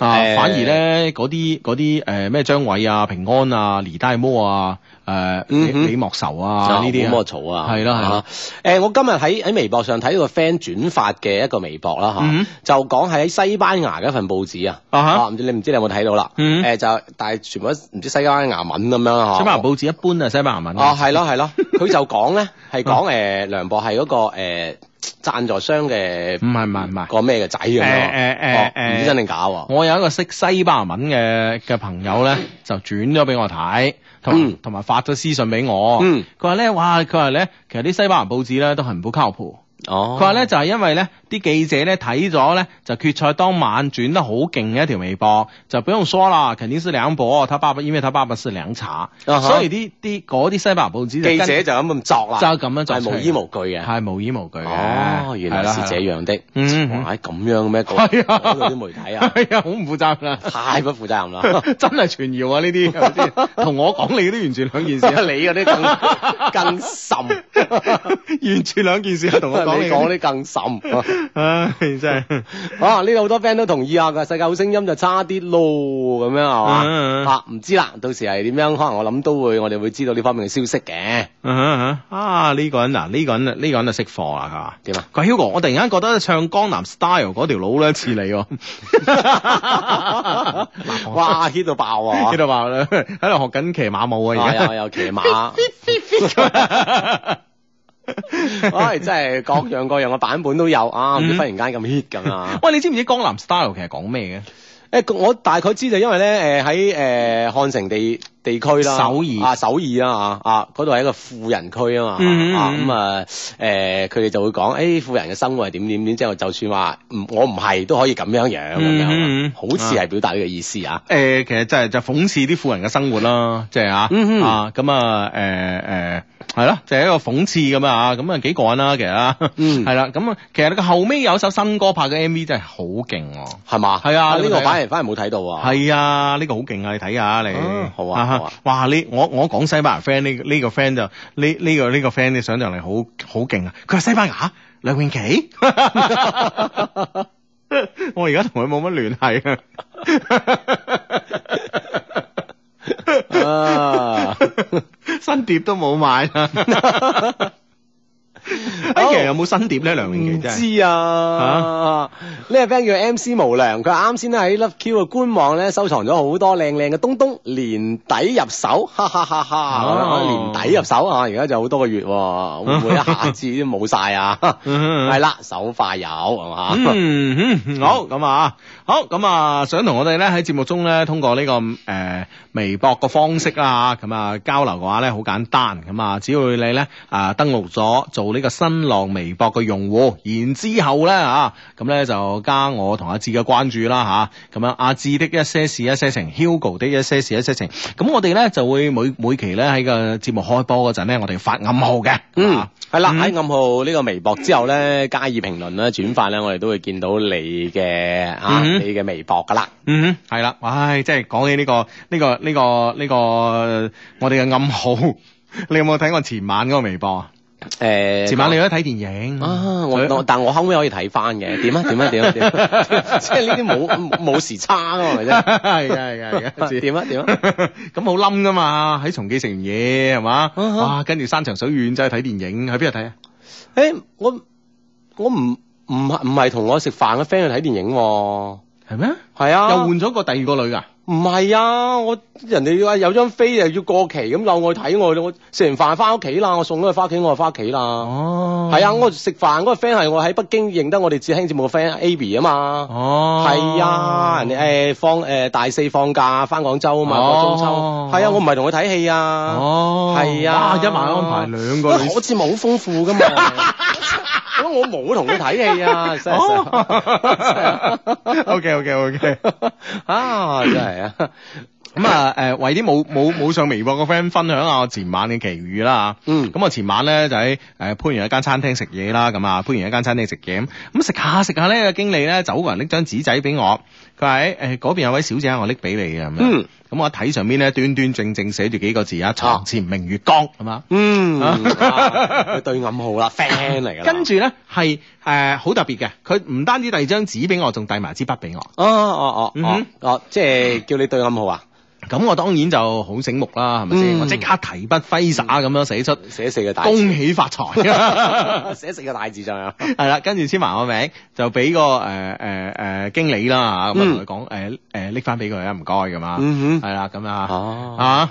S3: 啊，
S4: 誒
S3: 反而咧嗰啲嗰啲誒咩張偉啊、平安啊、李大摩啊、誒、李
S4: 嗯哼
S3: 李莫愁啊呢啲
S4: 好
S3: 啊
S4: 魔，嘈啊，
S3: 係啦係啦
S4: 啊。誒，我今日喺喺微博上睇到個 friend 轉發嘅一個微博啦
S3: 嗯
S4: 嚇，就講係喺西班牙嘅一份報紙啊，
S3: 啊哈
S4: 啊唔知你唔知你有冇睇到啦？
S3: 嗯
S4: 誒就但係全部都唔知西班牙文咁樣啦啊嚇。
S3: 西班牙報紙一般啊，西班牙文
S4: 哦，係咯係咯，佢就講咧係
S3: 啊
S4: 講誒梁博係嗰個誒贊助商嘅
S3: 唔嗯係唔係唔係
S4: 個咩嘅仔咁
S3: 誒誒
S4: 樣
S3: 誒
S4: 哦唔知真定假喎。
S3: 我有一個識西班牙文嘅嘅朋友咧，就轉咗俾我睇，同埋
S4: 嗯
S3: 同埋發咗私信俾我。
S4: 嗯
S3: 佢話咧，哇！佢話咧，其實啲西班牙報紙咧都係唔好靠譜。
S4: 哦，
S3: 佢話咧就係因為咧啲記者咧睇咗咧就決賽當晚轉得好勁嘅一條微博，就不用說啦，肯定是兩波，他爸爸因為他爸爸是涼茶，
S4: 啊哈
S3: 所以啲啲嗰啲西班牙報紙就
S4: 記
S3: 跟
S4: 者就咁咁作啦，
S3: 就咁樣作
S4: 係
S3: 出
S4: 無
S3: 嚟
S4: 依無據嘅。
S3: 係無依無據嘅。
S4: 哦，原來
S3: 啦
S4: 是
S3: 啦
S4: 這樣的。
S3: 嗯嗯
S4: 哇，咁樣嘅咩？嗰
S3: 係啊
S4: 嗰度啲媒體啊，
S3: 係啊，好唔負責任啊！
S4: 太不負責任啦。
S3: 真係傳謠啊！呢啲係咪先同我講 你都完全兩件事啊，
S4: 你嗰啲更 更甚，
S3: 完全兩件事啊！同我講
S4: 你
S3: 你
S4: 講
S3: 講
S4: 啲更甚。
S3: 你，唉，真係
S4: 啊，呢度好多 friend 都同意啊，個世界好聲音就差啲咯，咁樣係
S3: 嗯嗯
S4: 嘛？啊，唔知啦，到時係點樣？可能我諗都會，我哋會知道呢方面嘅消息嘅。
S3: 啊！呢個人嗱，呢個人呢個人就識貨啦，
S4: 點啊？
S3: 佢話佢 Hugo，我突然間覺得唱江南 style 嗰條佬咧似你喎，
S4: 哇，hit 到爆啊！
S3: 喺度話咧喺度學緊騎馬舞啊！而
S4: 啊，
S3: 家
S4: 又又 騎馬。 唉，真啊係啊哎各樣各樣嘅版本都有啊！唔知
S3: 嗯
S4: 忽然間咁 hit 咁啊！
S3: 喂，你知唔知江南 style 其實講咩嘅？
S4: 誒、我大概知就因為咧，誒喺誒漢城地地區啦，
S3: 首爾
S4: 啊首爾啊啊嗰度係一個富人區啊嘛，
S3: 嗯
S4: 啊
S3: 嗯
S4: 咁啊誒佢哋就會講，誒、富人嘅生活係點點點，之後就算話唔我唔係都可以咁樣樣咁樣
S3: 嗯嗯嗯
S4: 啊，好似係表達呢個意思啊，
S3: 誒、其實就係就諷刺啲富人嘅生活啦，即係啊，
S4: 嗯哼
S3: 啊咁啊，誒誒係咯，就係、一個諷刺咁啊，咁啊幾過癮啦，其實啊，
S4: 嗯
S3: 係啦，咁啊，其實你個後尾有一首新歌拍嘅 M V 真係好勁喎，
S4: 係嘛？
S3: 係啊
S4: 呢
S3: 你
S4: 個
S3: 睇啊
S4: 反而反而冇睇到啊，
S3: 係啊，呢、個好勁啊，你睇下你
S4: 嗯，好啊好啊
S3: 哇你我我講西班牙 friend 呢呢個 friend 就呢呢、個呢、個 friend 你想象力好好勁啊，佢話西班牙梁詠琪。 我而家同佢冇乜聯繫啊！
S4: 啊
S3: 新碟都冇買 啊！哎，其實有冇新碟咧？梁咏琪
S4: 唔
S3: 真係
S4: 知啊，呢個 friend 叫 M C 無良，佢話啱先咧喺 Love Q 嘅官網咧收藏咗好多靚靚嘅東東，年底入手，哈哈哈哈！
S3: 哦
S4: 年底入手啊，而家就好多個月喎，會唔會一下子都冇晒啊？
S3: 嗯
S4: 係啦，手快有係嘛？
S3: 嗯嗯，好咁啊，好咁啊，想同我哋咧喺節目中咧，通過呢、個誒、呃微博嘅方式啦，咁啊交流嘅話咧，好簡單咁啊，只要你咧啊登錄咗做呢個新浪微博嘅用戶，然之後咧啊，咁咧就加我同阿志嘅關注啦吓，咁、樣阿志的一些事一些情，Hugo 的一些事一些情，咁我哋咧就會每每期咧喺個節目開播嗰陣咧，我哋發暗號嘅，
S4: 嗯
S3: 啊，
S4: 係啦，
S3: 嗯
S4: 喺暗號呢個微博之後咧，加以評論啦、轉發咧，我哋都會見到你嘅啊，
S3: 嗯
S4: 你嘅微博噶啦。
S3: 嗯哼，系啦，唉，即係講起呢、個呢、個呢、個呢、個我哋嘅暗號， 你有冇睇我前晚嗰個微博啊？
S4: 誒，
S3: 前晚你都睇電影
S4: 啊！我 我但我後尾可以睇翻 嘅，點啊點啊點啊點啊， 即係呢啲冇冇時差噶嘛，係咪啫？
S3: 係嘅係嘅係嘅，
S4: 點啊點啊！
S3: 咁好冧噶嘛？喺松記食完嘢係嘛？
S4: 啊哈
S3: 哇，跟住山長水遠走去睇電影，喺邊度睇啊？
S4: 誒，我我唔唔係唔係同我食飯嘅 friend 去睇電影喎，
S3: 係咩？
S4: 係
S3: 又
S4: 啊，
S3: 換咗個第二個女噶？
S4: 唔係啊，我人哋話有張飛又要過期咁，漏我去睇我，我食完飯翻屋企啦，我送咗佢翻屋企，我就翻屋企啦。
S3: 哦
S4: 係啊，我食飯嗰個 friend 係我喺北京認得我哋志興節目嘅 friend Abby 啊嘛。
S3: 哦，
S4: 係啊，人哋誒放誒大四放假翻廣州啊嘛，過中秋。
S3: 哦
S4: 係啊，我唔係同佢睇戲啊。
S3: 哦，
S4: 係啊
S3: 哇一晚安排兩個女
S4: 我節目好豐富噶嘛。 咁我冇同佢睇戲啊，真
S3: 哦
S4: 係
S3: ，O K O K O K。
S4: 啊，真係啊。
S3: 咁啊，誒、為啲冇冇冇上微博嘅 friend 分享下我前晚嘅奇遇啦嚇
S4: 嗯
S3: 咁我前晚咧就喺誒、番禺一間餐廳食嘢啦，咁啊番禺一間餐廳食嘢，咁咁食下食下咧，個經理咧走過嚟拎張紙仔俾我，佢話誒誒嗰邊有位小姐，我拎俾你嘅咁樣。
S4: 嗯
S3: 咁我一睇上面咧，端端正正寫住幾個字啊，床前明月光，係嘛？
S4: 嗯，啊佢對暗號啦，friend 嚟㗎啦。
S3: 跟住咧係誒好特別嘅，佢唔單止遞張紙俾我，仲遞埋支筆俾我。
S4: 哦哦哦哦
S3: 嗯
S4: 哦，即係叫你對暗號啊，
S3: 咁我當然就好醒目啦，係咪先？
S4: 嗯
S3: 我即刻提筆揮灑咁樣寫出
S4: 寫四個 大字，
S3: 恭喜發 財。
S4: 寫四個大字咋嘛？
S3: 係啦，跟住簽埋我名，就俾個誒誒誒經理啦嚇，咁啊同佢講誒誒拎翻俾佢啊，唔該咁啊，
S4: 嗯哼，
S3: 係啦咁啊
S4: 哦，
S3: 啊哦啊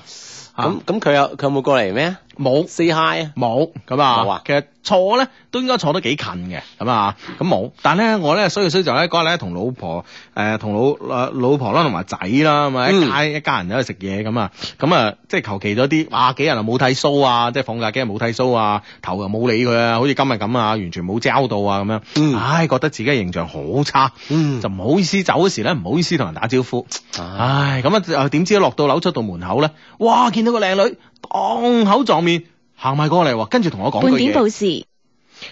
S4: 咁咁佢有佢有冇過嚟咩啊
S3: 冇
S4: ？say hi 啊？
S3: 冇咁
S4: 冇
S3: 啊
S4: 啊，
S3: 其實坐咧都應該坐得幾近嘅，咁啊咁冇，但咧我咧衰就衰就咧嗰日咧同老婆誒同老誒呃老婆啦同埋仔啦咁啊
S4: 嗯
S3: 一家一家人喺度食嘢咁啊，咁啊即係求其咗啲，哇幾日又冇剃鬚啊，即係放假幾日冇剃鬚啊，頭又冇理佢啊，好似今日咁啊，完全冇焦到啊咁樣，
S4: 嗯
S3: 唉覺得自己嘅形象好差。
S4: 嗯
S3: 就唔好意思走嗰時咧，唔好意思同人打招呼。
S4: 啊
S3: 唉，咁啊，呃點知落到樓出到門口咧，哇！見到個靚女，當口撞面，行埋過嚟喎，跟住同我講句
S5: 半點
S3: 嘢。
S5: 報時，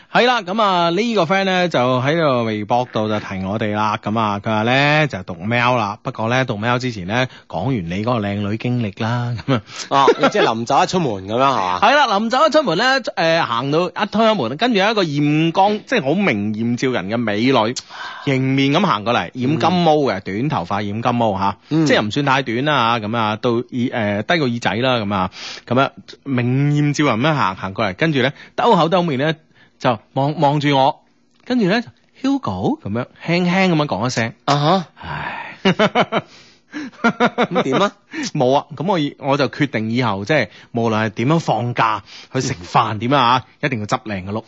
S3: 係啦，咁啊呢個 friend 咧就喺個微博度就提我哋啦，咁啊佢話咧就讀 mail 啦，不過咧讀 mail 之前咧講完你嗰個靚女經歷啦，咁啊。
S4: 哦，即係臨走一出門咁樣係嘛？
S3: 係啦，臨走一出門咧，誒、行到一推開門，跟住有一個豔光，即係好明豔照人嘅美女，
S4: 啊
S3: 迎面咁行過嚟，染金毛嘅，短頭髮染金毛吓，
S4: 嗯
S3: 即係唔算太短啦嚇咁啊，到耳誒、低過耳仔啦，咁啊，咁啊明豔照人咁樣行行過嚟，跟住咧兜口兜面咧就望望住我，跟住咧 Hugo 咁樣輕輕咁樣講一聲，
S4: 啊哈，
S3: 唉。
S4: 咁點啊？
S3: 冇啊，咁我以我就決定以後即係無論係點樣放假去食飯點樣啊，一定要執靚 嘅碌。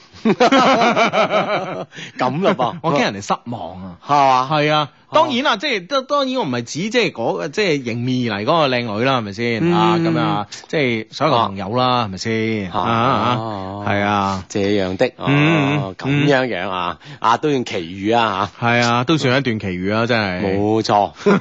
S4: 咁嘞噃
S3: 我驚人哋失望啊。
S4: 係嘛？
S3: 係啊，當然啦，即係都當然我唔係指即係嗰即係迎面而嚟嗰個靚女啦，係咪先
S4: 嗯
S3: 啊？咁啊，即係所有嘅朋友啦，係咪先啊
S4: 啊
S3: 啊？
S4: 哦
S3: 係啊，
S4: 這樣的，
S3: 嗯
S4: 哦，咁樣樣啊，啊都用奇遇啊
S3: 係啊，都算一段奇遇啊，真
S4: 吓，
S3: 係。
S4: 冇 錯，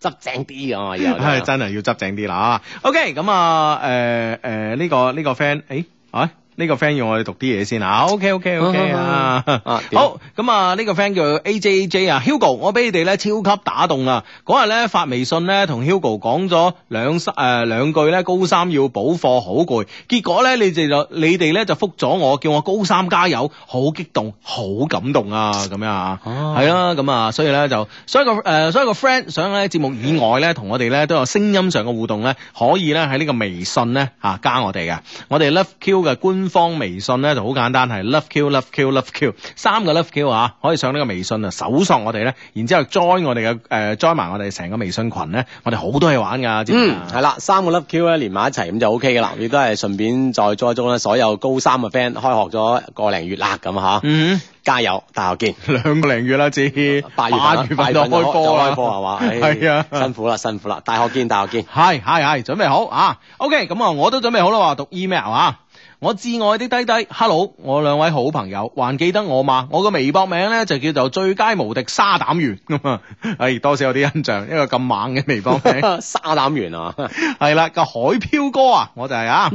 S4: 執正啲啊，以後就
S3: 係真係要執正啲啦。OK，咁啊，誒誒呢個呢個 friend，誒，哎呢個 friend 要我哋讀啲嘢先啊，OK OK OK 啊
S4: 啊，點
S3: 好咁啊，呢個 friend 叫 AJJ 啊，Hugo，我俾你哋咧超級打動啊！嗰日咧發微信咧同 Hugo 講咗兩誒兩句咧，高三要補課好攰，結果咧你哋就你哋咧就覆咗我，叫我高三加油，好激動，好感動啊！咁樣啊，
S4: 哦
S3: 係啦，咁啊，所以咧就所以個誒所以個 friend 想咧節目以外咧同我哋咧都有聲音上嘅互動咧，可以咧喺呢個微信咧嚇加我哋嘅。我哋 Love Q 嘅官方微信咧就好簡單，係 Love Q Love Q Love Q 三個 Love Q 啊，可以上呢個微信啊，搜索我哋咧，然之後 join 我哋嘅誒 join 埋我哋成個微信群咧，我哋好多嘢玩㗎，知唔知
S4: 嗯
S3: 啊，
S4: 係啦，三個 love Q 咧連埋一齊咁就 O K 噶啦，亦都係順便再追蹤咧所有高三嘅 friend 開學咗個零月啦咁吓，
S3: 嗯，
S4: 加油，大學見。
S3: 兩個零月啦，至
S4: 八月
S3: 八月份就開波啦，
S4: 開波係嘛？唉
S3: 係啊，
S4: 辛苦啦，辛苦啦，大學見，大學見。
S3: 係係係，準備好啊！OK，咁啊，我都準備好啦喎，讀 email 啊！我至愛的低低，Hello，我兩位好朋友，還記得我嘛？我個微博名咧就叫做最佳無敵沙膽員咁啊！唉，多少有啲印象，一個咁猛嘅微博名。
S4: 沙膽員啊，
S3: 係啦，個海漂哥啊，我就係啊，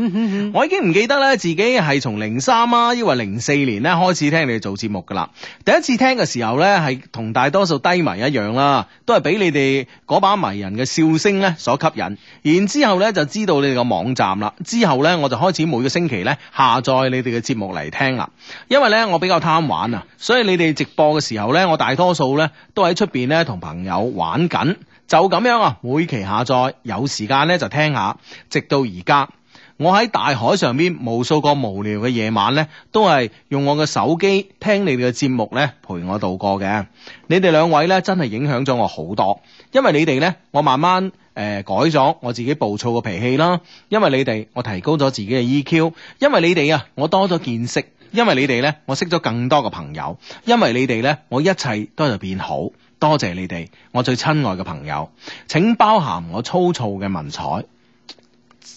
S3: 我已經唔記得咧自己係從零三啊，抑或零四年咧開始聽你哋做節目噶啦。第一次聽嘅時候咧，係同大多數低迷一樣啦，都係俾你哋嗰把迷人嘅笑聲咧所吸引。然之後咧就知道你哋個網站啦，之後咧我就開始每個星期咧下載你哋嘅節目嚟聽啦。因為咧我比較貪玩啊，所以你哋直播嘅時候咧，我大多數咧都喺出邊咧同朋友玩緊。就咁樣啊，每期下載，有時間咧就聽下，直到而家。我喺大海上邊無數個無聊嘅夜晚咧，都係用我嘅手機聽你哋嘅節目咧陪我度過嘅。你哋兩位咧真係影響咗我好多，因為你哋咧，我慢慢誒、呃改咗我自己暴躁嘅脾氣啦。因為你哋，我提高咗自己嘅 EQ。因為你哋啊，我多咗見識。因為你哋咧，我識咗更多嘅朋友。因為你哋咧，我一切都喺度變好。多謝你哋，我最親愛嘅朋友。請包涵我粗糙嘅文采，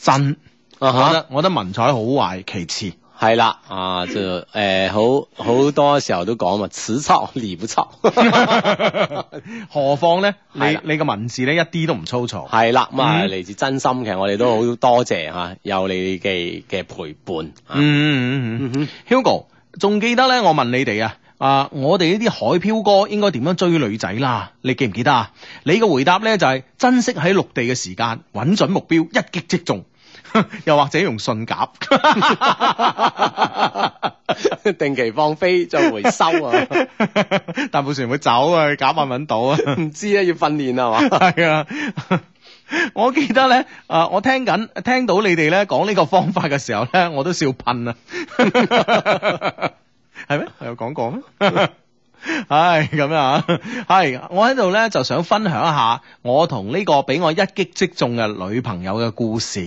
S3: 真。
S4: 啊
S3: 我覺
S4: 哈，
S3: 得我覺得文采好壞 其次，
S4: 係啦，啊就誒好好多時候都講嘛，此操理不操，
S3: 何況咧，
S4: 係
S3: 你
S4: 啦
S3: 你個文字咧一啲都唔粗糙。
S4: 係啦，咁啊
S3: 嗯
S4: 嚟自真心嘅，我哋都好多謝嚇有你嘅嘅陪伴啊，
S3: 嗯嗯嗯嗯，Hugo，仲記得咧？我問你哋啊，啊，我哋呢啲海漂哥應該點樣追女仔啦？你記唔記得啊？你嘅回答咧就係、珍惜喺陸地嘅時間，揾準目標，一擊即中。 又或者用信鴿，
S4: 定期放飛再回收啊，
S3: 但冇船會走啊，鴿咪揾到啊。
S4: 唔知咧要訓練啊嘛，
S3: 系啊。我記得咧，啊，我聽緊聽到你哋咧講呢個方法嘅時候咧，我都笑噴啊！係咩？我有講過咩？唉，咁樣啊，係我喺度咧就想分享一下我同呢個俾我一擊即中嘅女朋友嘅故事。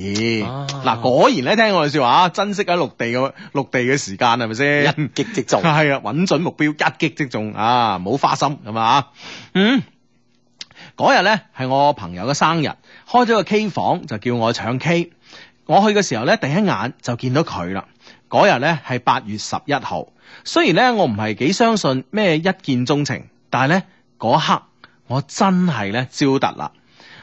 S4: 啊
S3: 嗱、果然咧聽我哋説話啊，珍惜喺陸地嘅陸地嘅時間係咪
S4: 一
S3: 先？
S4: 擊即中，
S3: 係啊，揾準目標，一擊即中啊，冇花心咁啊。嗯，嗰日咧係我朋友嘅生日，開咗個 K 房就叫我唱 K。我去嘅時候咧，第一眼就見到佢啦。嗰日咧係八月十一號，雖然咧我唔係幾相信咩一見鍾情，但係咧嗰一刻我真係咧招突啦。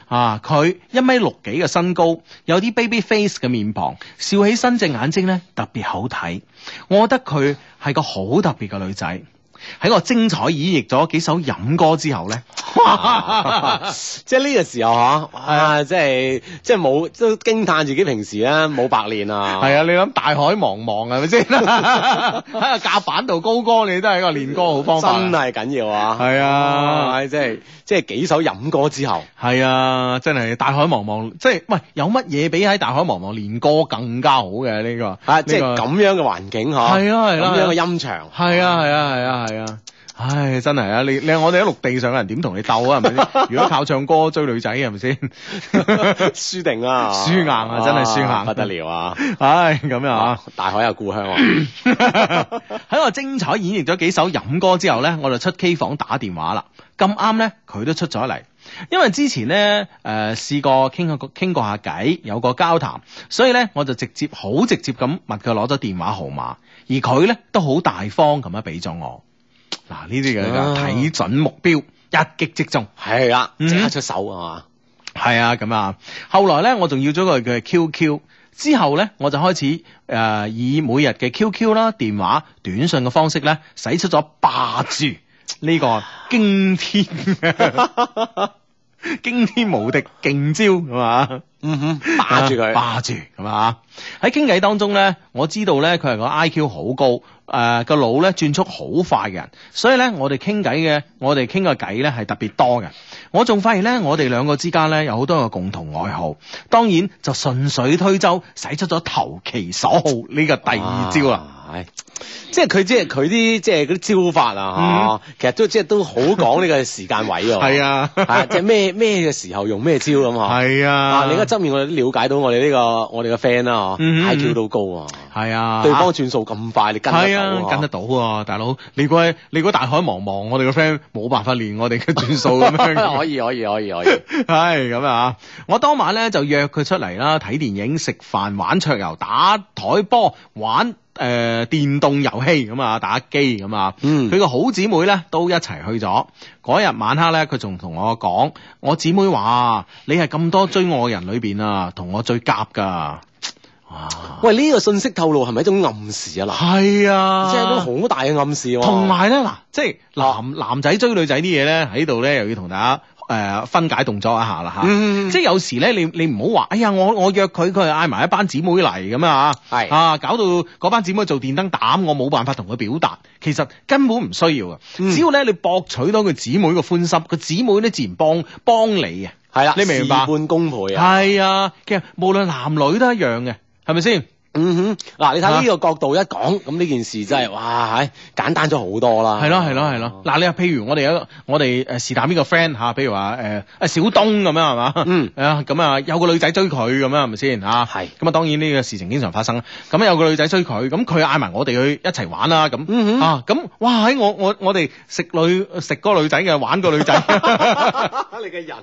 S3: 啊！佢一米六幾嘅身高，有啲 baby face 嘅面龐，笑起身隻眼睛咧特別好睇。我覺得佢係個好特別嘅女仔。喺我精彩演繹咗幾首飲歌之後 咧，
S4: 即係呢個時候嚇，
S3: 啊
S4: 哇！即係即係冇都驚嘆自己平時咧冇白練啊，
S3: 係啊，你諗大海茫茫啊係咪 先？喺個甲板度高歌，你都係一個練歌好方法。
S4: 真係緊要啊！
S3: 係啊
S4: 唉真係即係幾首飲歌之後，
S3: 係啊，真係大海茫茫，即係喂，有乜嘢比喺大海茫茫練歌更加好嘅呢個？
S4: 啊，即係
S3: 呢個
S4: 咁樣嘅環境嗬，
S3: 係啊係啦
S4: 咁樣嘅音場，
S3: 係啊係啊係啊係啊！唉，真係啊！你你話我哋喺陸地上嘅人點同你鬥啊？係咪 先？如果靠唱歌追女仔係咪先？
S4: 輸定啊，
S3: 輸硬啊真係輸硬
S4: 不得了啊！
S3: 唉，咁樣啊！
S4: 大海有故鄉 啊，
S3: 喺我精彩演繹咗幾首飲歌之後呢，我就出 K 房打電話啦。咁啱呢，佢都出咗嚟，因為之前呢，誒、試過傾過傾過下偈，有個交談，所以呢，我就直接好直接咁問佢攞咗電話號碼，而佢呢，都好大方咁樣俾咗我。嗱，呢啲
S4: 啊
S3: 嘅睇準目標，一擊即中。
S4: 係啦，
S3: 嗯
S4: 即刻出手啊嘛，
S3: 係啊，咁啊，後來咧，我仲要咗佢嘅 QQ，之後咧，我就開始誒、呃以每日嘅 QQ 啦、電話、短信嘅方式咧，使出咗霸住呢個驚天驚天無敵勁招係嘛？
S4: 嗯哼，霸住佢，
S3: 霸住咁啊！喺傾偈當中咧，我知道咧佢係個 I Q 好高，誒、個腦咧轉速好快嘅人，所以咧我哋傾偈嘅，我哋傾嘅偈咧係特別多嘅。我仲發現咧，我哋兩個之間咧有好多個共同愛好，當然就順水推舟，使出咗投其所好呢、個第二招啦。
S4: 啊。唉即係佢即係佢啲即係嗰啲招法啊，嚇，其實都即係都好講呢個時間位喎。
S3: 嗯係啊
S4: 啊，即係咩咩嘅時候用咩招咁啊。
S3: 係
S4: 啊！
S3: 啊
S4: 另一側面我哋都了解到我哋呢個我哋嘅 friend 啦
S3: 嗯
S4: 嗬，IQ 都高啊，
S3: 係啊，
S4: 對方轉數咁快，你跟得
S3: 係啊
S4: 到，
S3: 跟得到啊，大佬！你估喺你估大海茫茫，我哋個 friend 冇辦法練我哋嘅轉數咁 樣。
S4: 可以可以可以可以，
S3: 係咁啊！我當晚咧就約佢出嚟啦，睇電影、食飯、玩桌遊、打台波、玩誒、呃、電動遊戲咁啊，打機咁啊。
S4: 嗯
S3: 佢個好姊妹咧都一齊去咗。嗰日晚黑咧，佢仲同我講：我姊妹話你係咁多追我嘅人裏邊啊，同我最夾㗎。哇！
S4: 喂，呢個信息透露係咪一種暗示啊？嗱，
S3: 係啊，
S4: 即係一種好大嘅暗示喎。
S3: 同埋咧，嗱，即係
S4: 哦
S3: 男男仔追女仔啲嘢咧，喺度咧又要同大家誒、呃分解動作一下啦吓，
S4: 嗯
S3: 即係有時咧，你你唔好話，哎呀，我我約佢，佢係嗌埋一班姊妹嚟咁啊，
S4: 係
S3: 啊，搞到嗰班姊妹做電燈膽，我冇辦法同佢表達，其實根本唔需要啊。
S4: 嗯
S3: 只要咧你博取到佢姊妹嘅歡心，個姊妹咧自然幫幫你啊。
S4: 係啦，
S3: 你明唔明白
S4: 事半功倍啊！
S3: 係啊，其實無論男女都一樣嘅，係咪先？
S4: 嗯哼，嗱，
S3: 啊
S4: 你睇呢個角度一講，咁呢件事真係哇，唉簡單咗好多啦。
S3: 係咯係咯係咯，嗱你話譬如我哋有一個我哋誒是但邊個 friend 嚇，譬如話誒啊小東咁樣係嘛，
S4: 嗯
S3: 啊咁啊有個女仔追佢咁樣係咪先嚇？
S4: 係
S3: 咁啊當然呢個事情經常發生啦。咁有個女仔追佢，咁佢嗌埋我哋去一齊玩啦咁
S4: 嗯哼
S3: 啊咁哇喺我我我哋食女食嗰個女仔嘅玩個女仔，
S4: 你嘅人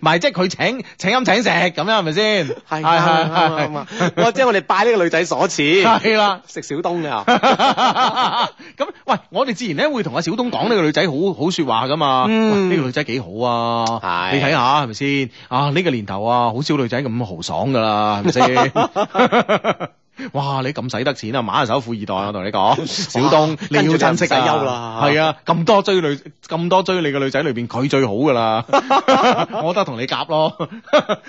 S3: 唔係即係佢請請飲請食咁樣係咪先？
S4: 係係係，我即係我哋拜呢個女仔所賜，
S3: 係啦。
S4: 食小東嘅啊。啊
S3: 咁喂，我哋自然咧會同阿小東講呢個女仔好好說話噶嘛。
S4: 嗯
S3: 喂呢、個女仔幾好啊，
S4: 係
S3: 你睇下係咪先？啊呢、個年頭啊，好少女仔咁豪爽噶啦，係咪 先？哇！你咁使得錢啊，馬下手富二代，我同你講，小東
S4: 跟
S3: 你
S4: 住
S3: 要
S4: 就
S3: 珍惜
S4: 唔使憂
S3: 啊
S4: 啦，
S3: 係啊，咁多追女咁多追你嘅女仔裏邊，佢最好噶 啦，我覺得同你夾咯，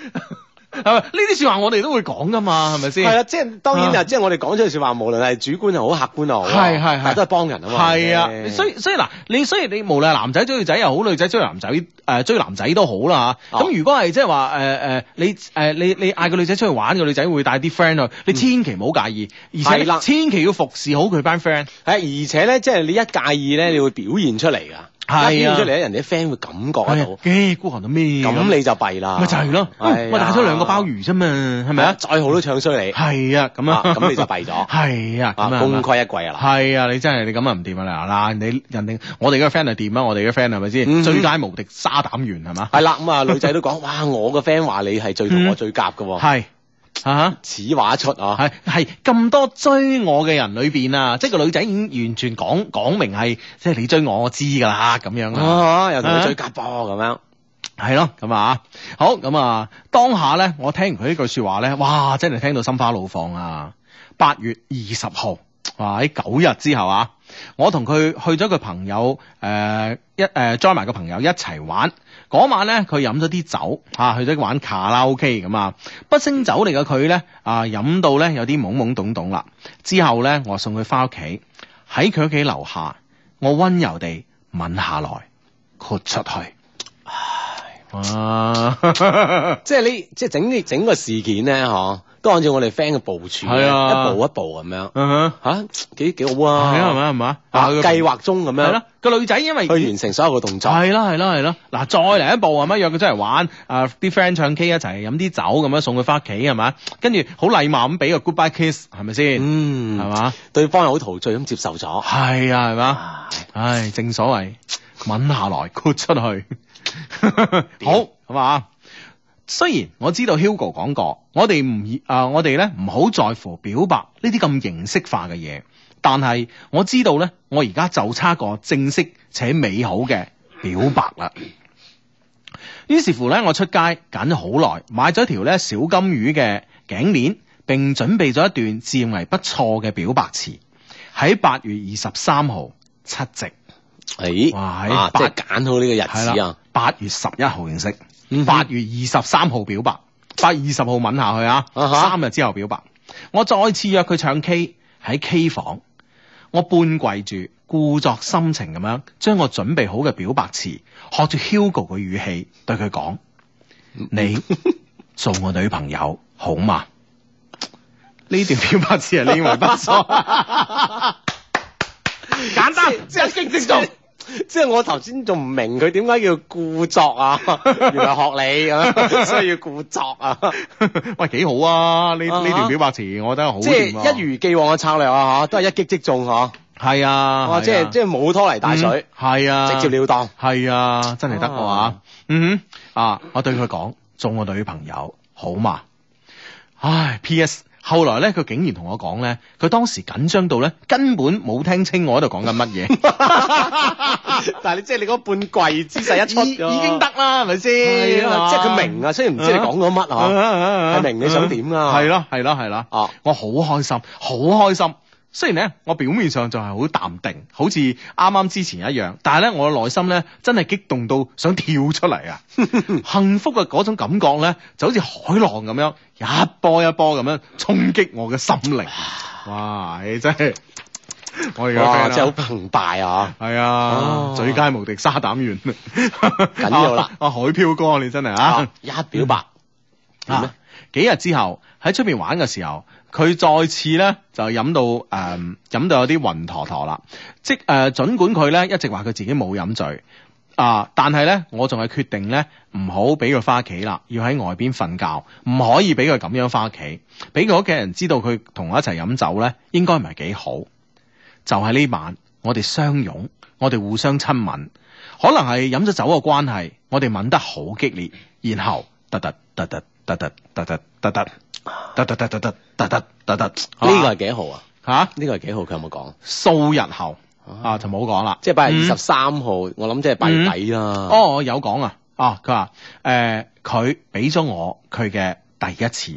S3: 係咪？呢啲說話我哋都會講噶嘛，係咪先？
S4: 係啦，即係當然
S3: 啊
S4: 就即係我哋講出嘅説話，無論係主觀又好，客觀又好，啊
S3: 係係係
S4: 但都係幫人啊嘛。
S3: 係啊，所以所以嗱，你所以你無論係男仔追女仔又好，女仔追男仔誒、呃追男仔都好啦嚇
S4: 哦
S3: 咁、如果係即係話誒誒你誒、呃你你嗌個女仔出去玩，個女仔會帶啲 friend 去，你千祈唔好介意，而且
S4: 嗯係啦
S3: 千祈要服侍好佢班 friend。
S4: 係而且咧，即係你一介意咧，你會表現出嚟㗎。
S3: 嗯係啊
S4: 一表現出嚟咧，人哋啲 friend 會感覺得
S3: 係啊咦孤寒到咩咁？
S4: 哦到，咁你就弊啦。
S3: 咪就係咯，
S4: 係
S3: 喂
S4: 啊
S3: 我帶咗兩個鮑魚啫嘛，係咪啊？
S4: 再好都唱衰你，
S3: 係啊，咁啊
S4: 啊，咁你就弊咗
S3: 係啊，咁
S4: 啊
S3: 啊，
S4: 功虧一簣啊
S3: 係啊，你真係你咁啊唔掂啊嗱嗱，你人哋我哋嗰個 friend 係掂啊，我哋嗰個 friend 係咪先
S4: 嗯
S3: 最佳無敵沙膽員係嘛
S4: 嗱。？係啦，咁啊女仔 都講，哇！我個 friend 話你係最同
S3: 嗯
S4: 我最夾㗎喎，
S3: 係啊
S4: 此話一出啊，
S3: 係係咁多追我嘅人裏邊啊，即係個女仔已經完全講講明係，即係你追我，我知㗎啦咁樣啊，
S4: 啊又同你最夾噃咁樣。
S3: 係咯咁啊，好咁啊，當下咧，我聽完佢呢句説話咧，哇，真係聽到心花怒放啊！八月二十號，哇，喺九日之後啊，我同佢去咗佢朋友誒、呃一誒 join 埋個朋友一齊玩。嗰晚咧，佢飲咗啲酒嚇、啊去咗玩卡拉 OK 咁啊。不勝酒嚟嘅佢咧啊，飲到咧有啲懵懵懂懂啦。之後咧，我送佢翻屋企，喺佢屋企樓下，我温柔地吻下來，豁出去。哇！
S4: 即係你即係整呢整個事件咧，嗬，都按照我哋 friend 嘅部署，
S3: 係啊
S4: 一步一步咁樣，
S3: 嗯哼，
S4: 吓幾幾好啊，
S3: 係啊，係咪啊係咪啊？
S4: 啊，
S3: 佢
S4: 計劃中咁
S3: 係
S4: 樣
S3: 啦，個女仔因為
S4: 去完成所有嘅動作，
S3: 係啦係啦係啦，嗱再嚟一步係咪約佢出嚟玩？啊啲 friend 唱 K 一齊飲啲酒咁樣送佢翻屋企係咪？跟住好禮貌咁俾個 goodbye kiss 係咪先？係
S4: 嗯，係嘛，
S3: 嘛？
S4: 對方又好陶醉咁接受咗，
S3: 係啊係嘛？
S4: 啊
S3: 唉，正所謂吻下來豁出去，好咁啊！雖然我知道 Hugo 講過，我哋唔以啊，我哋咧唔好在乎表白呢啲咁形式化嘅嘢，但係我知道咧，我而家就差個正式且美好嘅表白啦。於是乎咧，我出街揀咗好耐，買咗條咧小金魚嘅頸鏈，並準備咗一段自認為不錯嘅表白詞，喺八月二十三號七夕，啊
S4: 誒，
S3: 哇哎
S4: 啊
S3: 八
S4: 即係揀好呢個日
S3: 係
S4: 子
S3: 啦
S4: 啊，，
S3: 八月十一號認識，八月二十三號表白，八月二十號吻下去啊，
S4: 啊哈
S3: 三日之後表白，我再次約佢唱 K 喺 K 房，我半跪住，故作深情咁樣將我準備好嘅表白詞，學住 Hugo 嘅語氣對佢講： 你做我女朋友好嘛？呢段表白詞係你認為不錯。簡單，
S4: 即係即係 即係我頭先仲唔明佢點解叫故作啊？ 原來學你咁樣， 所以要故作啊！
S3: 喂，幾好啊！呢
S4: 啊哈
S3: 呢段表白詞，我覺得好
S4: 即
S3: 掂啊
S4: 係一如既往嘅策略啊，嚇都係一擊即中嚇。
S3: 係啊，係
S4: 哇！
S3: 啊
S4: 即係即係冇拖泥帶水，，
S3: 嗯係啊，
S4: 直截了當。
S3: 係啊，真係得喎
S4: 啊
S3: 啊！嗯哼，啊，我對佢講做我女朋友好嘛？唉，P.S. 後來咧，佢竟然同我講咧，佢當時緊張到咧，根本冇聽清我喺度講緊乜嘢。
S4: 但係你即係你嗰半跪姿勢一出，
S3: 已已經得啦，係咪先？
S4: 係啊即係佢明啊，雖然唔知你講咗乜嚇。
S3: 係
S4: 係明你想點啊
S3: 啊
S4: 㗎
S3: 係咯，係咯，係咯。
S4: 啊，
S3: 我好開心，好開心。雖然咧，我表面上就係好淡定，好似啱啱之前一樣，但係咧，我嘅內心咧真係激動到想跳出嚟 啊！幸福嘅嗰種感覺咧，就好似海浪咁樣，一波一波咁樣衝擊我嘅心靈。哇！你真係我而家
S4: 哇！真係
S3: friend
S4: 好
S3: 啊
S4: 澎湃啊！
S3: 係啊
S4: 哦，
S3: 最佳無敵沙膽丸， 緊
S4: 要啦！
S3: 啊，海飄哥你真係啊
S4: 啊！一表白點咧
S3: 啊，幾日之後喺出邊玩嘅時候，佢再次咧就飲到誒飲、到有啲暈陀陀啦。即誒、呃，儘管佢咧一直話佢自己冇飲醉啊，但係咧我仲係決定咧唔好俾佢翻屋企啦，要喺外邊瞓覺，唔可以俾佢咁樣翻屋企。俾佢屋企人知道佢同我一齊飲酒咧，應該唔係幾好。就係呢晚，我哋相擁，我哋互相親吻，可能係飲咗酒嘅關係，我哋吻得好激烈，然後突突突突突突突突突突突突突突突突突突突，
S4: 呢個係幾號啊？
S3: 吓
S4: 呢個係幾號？佢有冇講？
S3: 數日後啊就冇講啦，
S4: 即係八月
S3: 嗯
S4: 二十三號，我諗即係八月底啦。
S3: 哦，我有講啊，啊，佢話誒，佢俾咗我佢嘅第一次，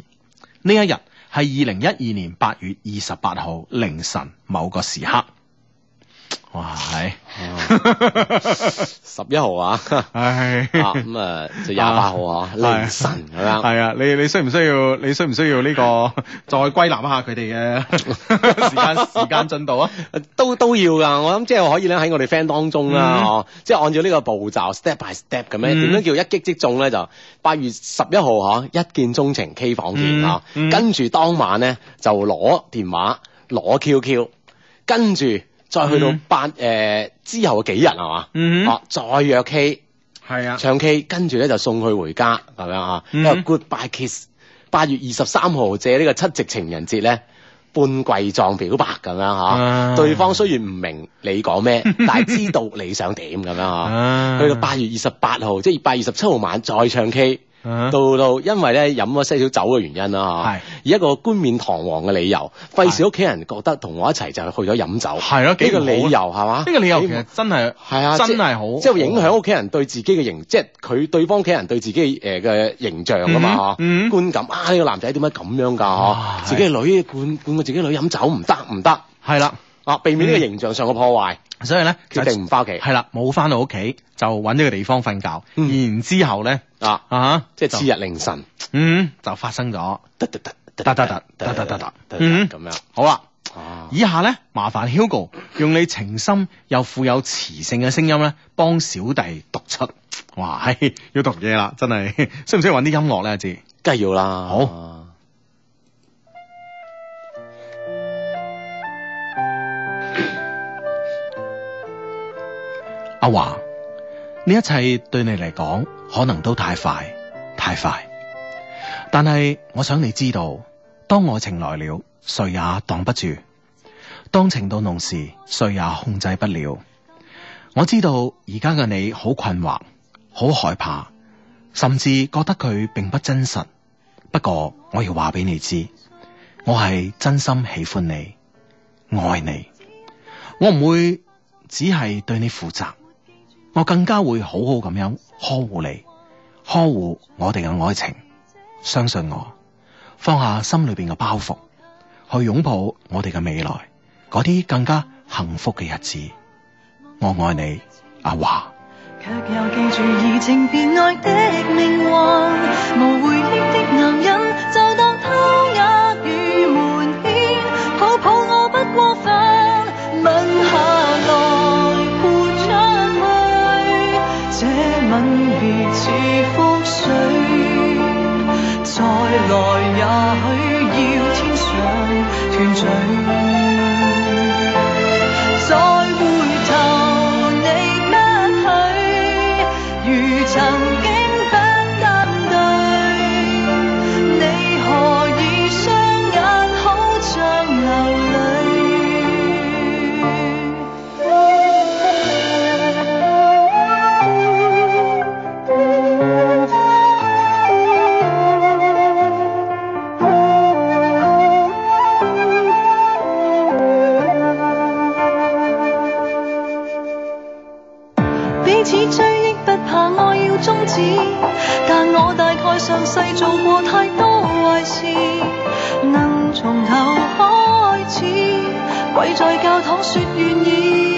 S3: 呢一日係二零一二年八月二十八號凌晨某個時刻。哇， 係，
S4: 啊十一 號啊，啊
S3: 唉，
S4: 咁啊就廿八號啊，凌晨咁樣。
S3: 係啊，你你需唔需要？你需唔需要呢、 個再歸納一下佢哋嘅時間時間進度啊？
S4: 都都要噶，我諗即係可以咧喺我哋 friend 當中啦，
S3: 嗯
S4: 哦，即係按照呢個步驟 step by step 咁樣，點
S3: 嗯
S4: 樣叫一擊即中咧？就八月十一號嗬，一見鐘情 K 房見
S3: 嗯
S4: 啊，
S3: 嗯
S4: 跟住當晚咧就攞電話攞 QQ，跟住再去到
S3: 嗯
S4: 八誒之後嘅幾日係嘛？
S3: 嗯
S4: 哦，再約 K
S3: 係啊，
S4: 唱 K，跟住咧就送佢回家咁樣啊，一
S3: 嗯
S4: 個 goodbye kiss。八月二十三號借呢個七夕情人節咧，半跪狀表白咁樣嚇，
S3: 啊
S4: 對方雖然唔明你講 咩，但係知道你想點咁樣嚇。
S3: 啊
S4: 去到八月二十八號，即係八月十七號晚再唱 K，
S3: 啊
S4: 到到因為咧飲咗些少酒嘅原因啦
S3: 係
S4: 嚇，以一個冠冕堂皇嘅理由，費事屋企人覺得同我一齊就去咗飲酒，
S3: 係咯幾
S4: 呢個
S3: 唔好啊
S4: 理由係嘛？
S3: 呢個理由
S4: 幾
S3: 其
S4: 唔
S3: 實真係
S4: 係啊，
S3: 真
S4: 即
S3: 係好啊
S4: 即係會影響屋企人對自己嘅形，即係佢對方屋企人對自己誒嘅形象啊嘛，嚇、
S3: 嗯嗯
S4: 觀感啊呢、個男仔點解咁樣㗎？嗬、
S3: 啊係
S4: 自己嘅女灌灌個自己女飲酒唔得唔得
S3: 係啦，
S4: 啊，避免呢個形象上嘅破壞，
S3: 所以咧就
S4: 決定唔翻屋企
S3: 嗯係啦，冇翻到屋企就揾咗個地方瞓覺，
S4: 嗯
S3: 然之後咧
S4: 啊，
S3: 啊，
S4: 即係次
S3: 就
S4: 日凌晨，
S3: 嗯就發生咗。
S4: 得得得得
S3: 得得得得得得嗯
S4: 咁樣
S3: 好啦，
S4: 啊，
S3: 以下咧麻煩 Hugo 用你情深又富有磁性嘅聲音咧，幫小弟讀出。哇，嘿要讀嘢啦，真係， 需唔需要揾啲音樂咧？阿志，
S4: 梗係要啦，啊
S3: 好阿華，呢一切對你嚟講可能都太快，太快。但係我想你知道，當愛情來了，誰也擋不住；當情到濃時，誰也控制不了。我知道而家嘅你好困惑，好害怕，甚至覺得佢並不真實。不過我要話俾你知，我係真心喜歡你，愛你。我唔會只係對你負責，我更加會好好咁樣呵護你，呵護我哋嘅愛情。相信我，放下心裏邊嘅包袱，去擁抱我哋嘅未來，嗰啲更加幸福嘅日子。我愛你，阿華。
S5: 卻又記住移情別愛的命運，無回應的男人就當偷呃與瞞騙，抱抱我不過分，吻下來豁出去，這吻別似覆水，再來也許要天上斷嘴。再回頭，你不許如曾經不單對，你何以雙眼好像流淚？彼此追憶不怕愛要終止，但我大概上世做過太多壞事，能從頭開始，跪在教堂說願意。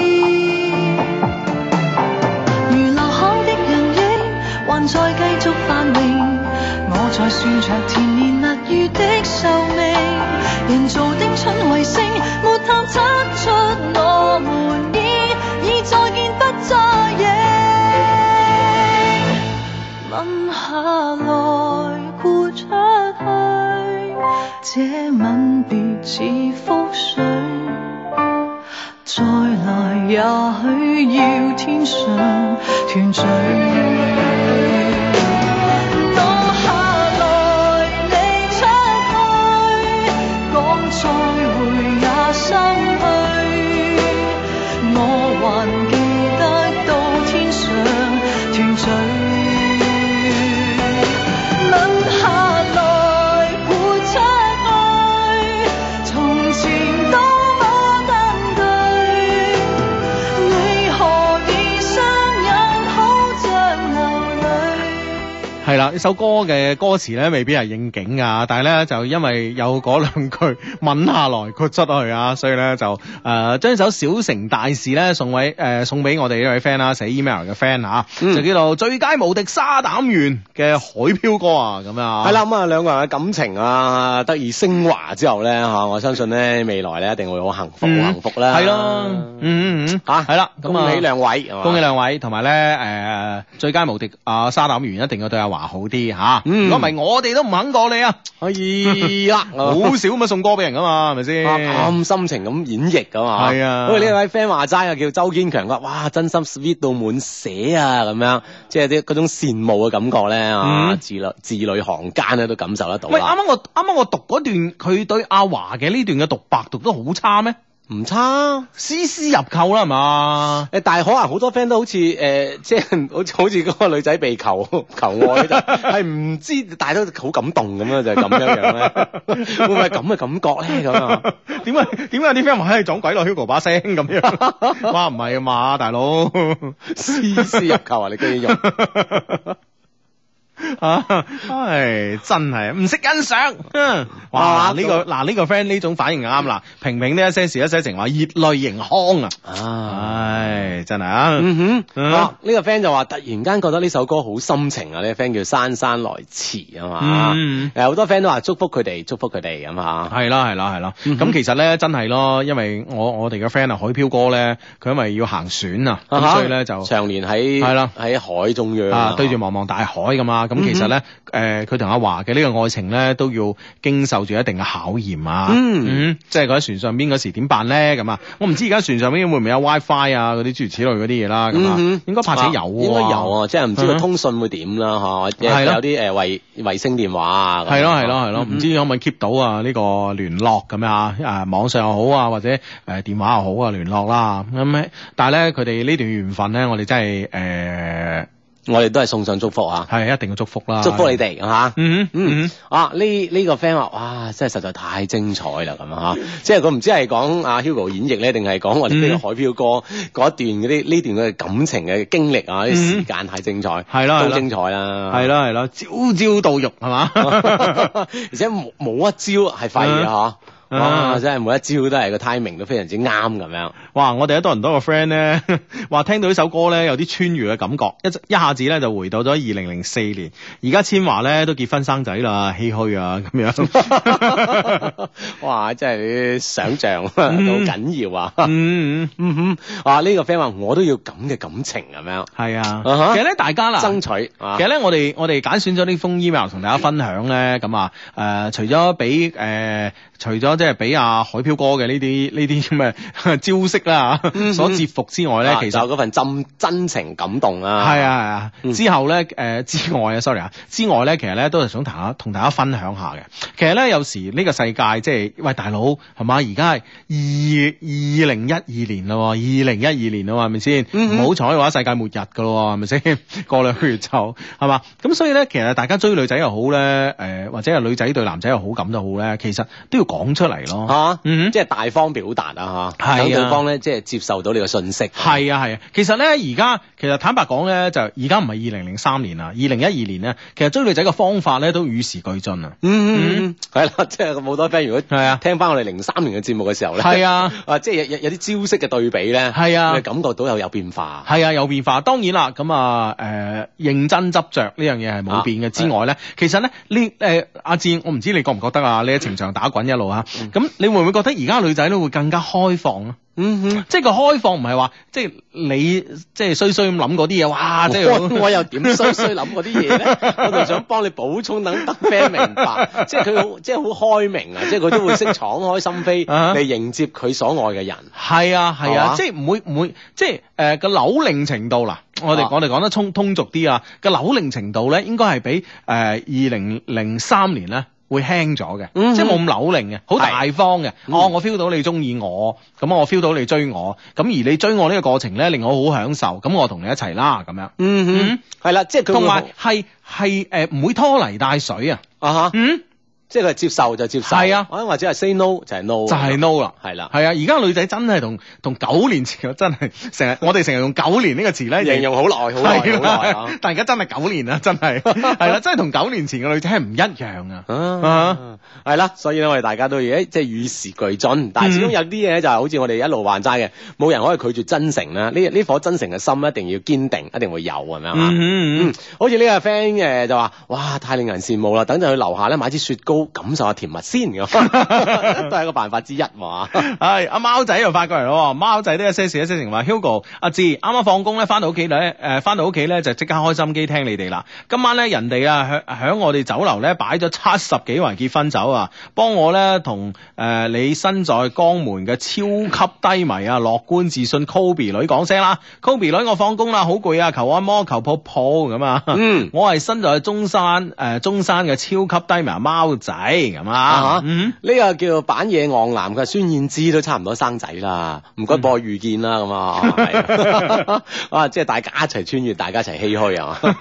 S5: 如留下的人影還在繼續繁榮，我在算着甜言蜜語的壽命，人造的蠢衛星沒探測出我們已已再見不再影。吻下來豁出去，這吻別似覆水，再來也許要天上團聚。當下來你出去，講再會也心虛。我還記得到天上團聚，吻下來豁出去，從前都不單對，你何以雙眼好像流淚？
S3: 係啦，呢首歌嘅歌詞咧，未必係應景啊，但係咧就因為有嗰兩句吻下來豁出去啊，所以咧就誒將首《小城大事》咧送位誒、呃送俾我哋呢位 friend 啦，寫 email 嘅 friend 啊，
S4: 嗯
S3: 就叫做最佳無敵沙膽員嘅海漂哥啊，咁樣啊，
S4: 係啦，咁啊兩個人嘅感情啊得以升華之後咧，吓我相信咧未來咧一定會好幸福，
S3: 嗯，
S4: 好幸福啦。
S3: 係咯，嗯嗯嗯，
S4: 吓
S3: 係啦，咁啊
S4: 恭喜兩位，係嘛
S3: 恭喜兩位，同埋咧誒最佳無敵啊沙膽員一定要對阿華好啲吓，
S4: 嗯
S3: 如果唔係我哋都唔肯過你啊，
S4: 可以啦，
S3: 好少咁樣送歌俾人噶嘛，係咪先？啊
S4: 啱心情啊咁演繹噶嘛，
S3: 係啊
S4: 喂，呢位 friend 話齋啊，叫周堅強，佢話哇，真心 sweet 到滿寫啊，咁樣，即係啲嗰種羨慕嘅感覺咧，啊，
S3: 嗯
S4: 字裏字裏行間咧都感受得到啊
S3: 喂，啱啊
S4: 啦，
S3: 啱我啱啱我讀嗰段佢對阿華嘅呢段嘅獨白讀得好差咩？
S4: 唔差。
S3: 絲絲入扣啦，係嘛？
S4: 誒，但係可能好多 friend 都好似誒、即係 好似好似嗰個女仔被求求愛 就係唔知，但係都好感動咁樣，就係、咁樣 樣咧，會唔會係咁嘅感覺咧？咁啊，
S3: 點解點解有啲 friend 話唉撞鬼落 Hugo 把聲咁 樣？哇，唔係啊嘛，大佬。
S4: 絲絲入扣啊！你居然用。
S3: 啊，唉，真係唔識欣賞。哼 哇，
S4: 啊
S3: 呢個嗱呢個 friend 呢種反應啱啦。平平呢一些事一些情話熱淚盈眶啊！
S4: 啊。
S3: 唉，真係 啊。
S4: 嗯哼，
S3: 嗯
S4: 啊呢、個 friend 就話突然間覺得呢首歌好心情啊！呢、個 friend 叫姍姍來遲啊嘛，
S3: 嗯
S4: 誒好多 friend 都話祝福佢哋，祝福佢哋咁啊，
S3: 係啦，係啦，係啦。咁、其實咧，真係咯，因為我我哋嘅 friend 啊，海飄哥咧，佢因為要行船啊，咁、
S4: 啊哈
S3: 所以咧就
S4: 長年喺
S3: 係啦
S4: 喺海中央
S3: 啊對住茫茫大海咁啊。咁其實咧，
S4: 嗯
S3: 誒佢同阿華嘅呢個愛情咧，都要經受住一定嘅考驗啊。
S4: 嗯
S3: 即係佢喺船上邊嗰時點辦咧？咁啊，我唔知而家船上邊會唔會有 WiFi 啊，嗰啲諸如此類嗰啲嘢啦。咁啊，
S4: 嗯哼
S3: 應該拍者有喎、
S4: 應該有啊，即係唔知
S3: 嗯
S4: 佢通訊會點啦，嚇，或者
S3: 係咯
S4: 有啲誒衛衛星電話啊，咁
S3: 係咯係咯係咯，
S4: 嗯
S3: 唔知可唔可以 keep 到啊呢個聯絡咁樣啊？誒網上又好啊，或者誒電話又好啊聯絡啦。咁但係咧佢哋呢段緣分咧，我哋真係誒
S4: 我哋都係送上祝福啊！
S3: 係一定要祝福啦，
S4: 祝福你。哋吓。
S3: 嗯哼嗯
S4: 嗯，啊呢呢、個 friend 話，哇，真係實在太精彩啦咁啊，即係佢唔知係講阿 Hugo 演繹咧，定係講我
S3: 嗯
S4: 哋呢個海漂哥嗰一段嗰啲呢段嘅感情嘅經歷啊，啲
S3: 嗯
S4: 時間太精彩，
S3: 係啦係
S4: 都
S3: 啦
S4: 精彩啊啦，
S3: 係啦係啦，朝朝到肉係嘛？
S4: 而且冇冇一招係廢嘅嗬，
S3: 嗯
S4: 哇！真係每一招都係個 timing 都非常之啱咁樣，
S3: 哇！我哋一多人多個 friend 咧， 話聽到呢首歌咧有啲穿越嘅感覺，一一下子咧就回到咗二零零四年。而家千華咧都結婚生仔啦，唏噓啊咁 樣。
S4: 哇！真係你想像啊都好緊要啊，
S3: 嗯，
S4: 嗯哼，啊呢個 friend 話我都要咁嘅感情咁樣，
S3: 係啊。
S4: 啊哈
S3: 其實咧，大家啦，
S4: 爭取啊
S3: 其實咧，我哋我哋揀選咗呢封 email 同大家分享咧，咁啊，誒、除咗俾誒，除咗即係俾阿海飄哥嘅呢啲呢啲咁嘅招式啦，啊
S4: 嗯
S3: 所折服之外咧
S4: 啊，
S3: 其
S4: 就
S3: 實
S4: 有嗰份真真情感動啊，
S3: 係啊係啊，
S4: 嗯
S3: 之後咧誒、之外啊，sorry 啊，之外咧，其實咧都係想同大家同大家分享下嘅。其實咧有時呢個世界即係喂大佬係嘛，而家係二二零一二年啦喎，二零一二年啦喎，係咪
S4: 嗯
S3: 先？唔好彩嘅話，世界末日噶咯喎，係咪先？ 過兩個月就係嘛，咁所以咧，其實大家追女仔又好咧，誒、或者係女仔對男仔有好感都好咧，其實都要講出嚟咯。
S4: 吓，
S3: 嗯
S4: 即係大方表達啊
S3: 係啊
S4: 吓，等對方咧即係接受到你嘅信息，
S3: 係啊係啊，其實咧而家其實坦白講咧，就而家唔係二零零三年啊啦，二零一二年咧，其實追女仔嘅方法咧都與時俱進啊。
S4: 嗯，嗯，嗯係啦， 即係好多 friend 如果
S3: 係啊
S4: 聽翻我哋零三年嘅節目嘅時候咧，
S3: 係啊，
S4: 啊即係有有有啲招式嘅對比咧，
S3: 係啊
S4: 你感覺到有有變化，
S3: 係啊，有變化。當然啦，咁啊，誒、認真執着呢樣嘢係冇變嘅。
S4: 啊
S3: 之外咧，其實咧呢誒阿志，我唔知你覺唔覺得啊？你喺情場打滾一路啊，咁你會唔會覺得而家女仔咧會更加開放啊？
S4: 嗯哼。
S3: 即係個開放唔係話即係你即係衰衰咁諗嗰啲嘢，哇！啊即係
S4: 我我又點 衰衰諗嗰啲嘢咧？我就想幫你補充，等得 friend 明白，即係佢好，即係好開明啊！即係佢都會識敞開心 扉
S3: 啊
S4: 嚟迎接佢所愛嘅人。
S3: 係啊係
S4: 係
S3: 啊，
S4: 嘛
S3: 即係唔會唔會，即係誒個扭齡程度啦。我哋、
S4: 啊
S3: 我哋講得通通俗啲啊，個扭齡程度咧應該係比誒二零零三年咧。會輕咗嘅，
S4: 嗯
S3: 即係冇咁扭擰嘅，好大方嘅。
S4: 嗯
S3: 哦，我 feel 到你中意我，咁啊我 feel 到你追我，咁而你追我呢個過程咧，令我好享受，咁我同你一齊啦，咁樣。
S4: 嗯
S3: 嗯
S4: 哼，係啦，即係佢
S3: 同
S4: 會
S3: 埋係係誒唔會拖泥帶水啊。
S4: 啊哈，
S3: 嗯，
S4: 即係佢係接受就接受，
S3: 係啊
S4: 或者係 say no 就係 no，
S3: 就係 no 啦。
S4: 係啦，
S3: 係啊，而家女仔真係同同九年前真係成日，我哋成日用九年呢個詞咧
S4: 形容好耐，好耐，好耐啊！
S3: 但而家真係九年啦，真 係係啦，真係同九年前嘅女仔係唔一樣啊！
S4: 啊，係啦，所以咧，我哋大家都要即係與時俱進，
S3: 嗯
S4: 但係始終有啲嘢就係好似我哋一路話齋嘅，冇人可以拒絕真誠啦。呢呢顆真誠嘅心一定要堅定，一定會有咁樣啊。
S3: 嗯
S4: 嗯，好似呢個 friend 誒就話，哇，太令人羨慕啦！等陣去樓下咧買支雪糕，感受下甜蜜先 咁，啊都係一個辦法之一嘛。
S3: 係阿貓仔又發過嚟咯，貓仔呢一些事一些情話 Hugo 阿志啱啱放工咧，翻到屋企咧，誒翻到屋企咧就即刻開心機聽你哋啦。今晚咧人哋啊響響我哋酒樓咧擺咗七十幾圍結婚酒啊，幫我咧同誒你身在江門嘅超級低迷啊樂觀自信 Kobe 女講聲啦，Kobe 女我放工啦，好攰啊，求按摩求抱抱咁啊。
S4: 嗯
S3: 我係身在中山誒、呃中山嘅超級低迷貓仔咁啊
S4: 啊，
S3: 嗯
S4: 呢個叫板野昂男嘅孫燕姿都差唔多生仔啦，唔該播我遇見啦咁啊係咪， 啊即係大家一齊穿越，大家一齊唏噓啊嘛。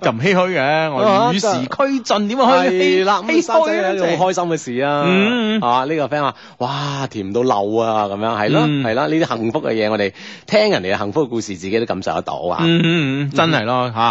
S3: 就唔唏噓嘅，我哋與時俱進，點啊
S4: 啊係
S3: 唏
S4: 啦，咁
S3: 唏
S4: 生
S3: 噓
S4: 仔係一
S3: 咧
S4: 件好？開心嘅事啊！
S3: 嗯
S4: 啊，呢個 friend 話：，哇，甜到漏啊！咁樣係咯，
S3: 嗯
S4: 係啦，呢啲幸福嘅嘢，我哋聽人哋嘅幸福嘅故事，自己都感受得到啊！
S3: 嗯嗯嗯，真係咯嚇。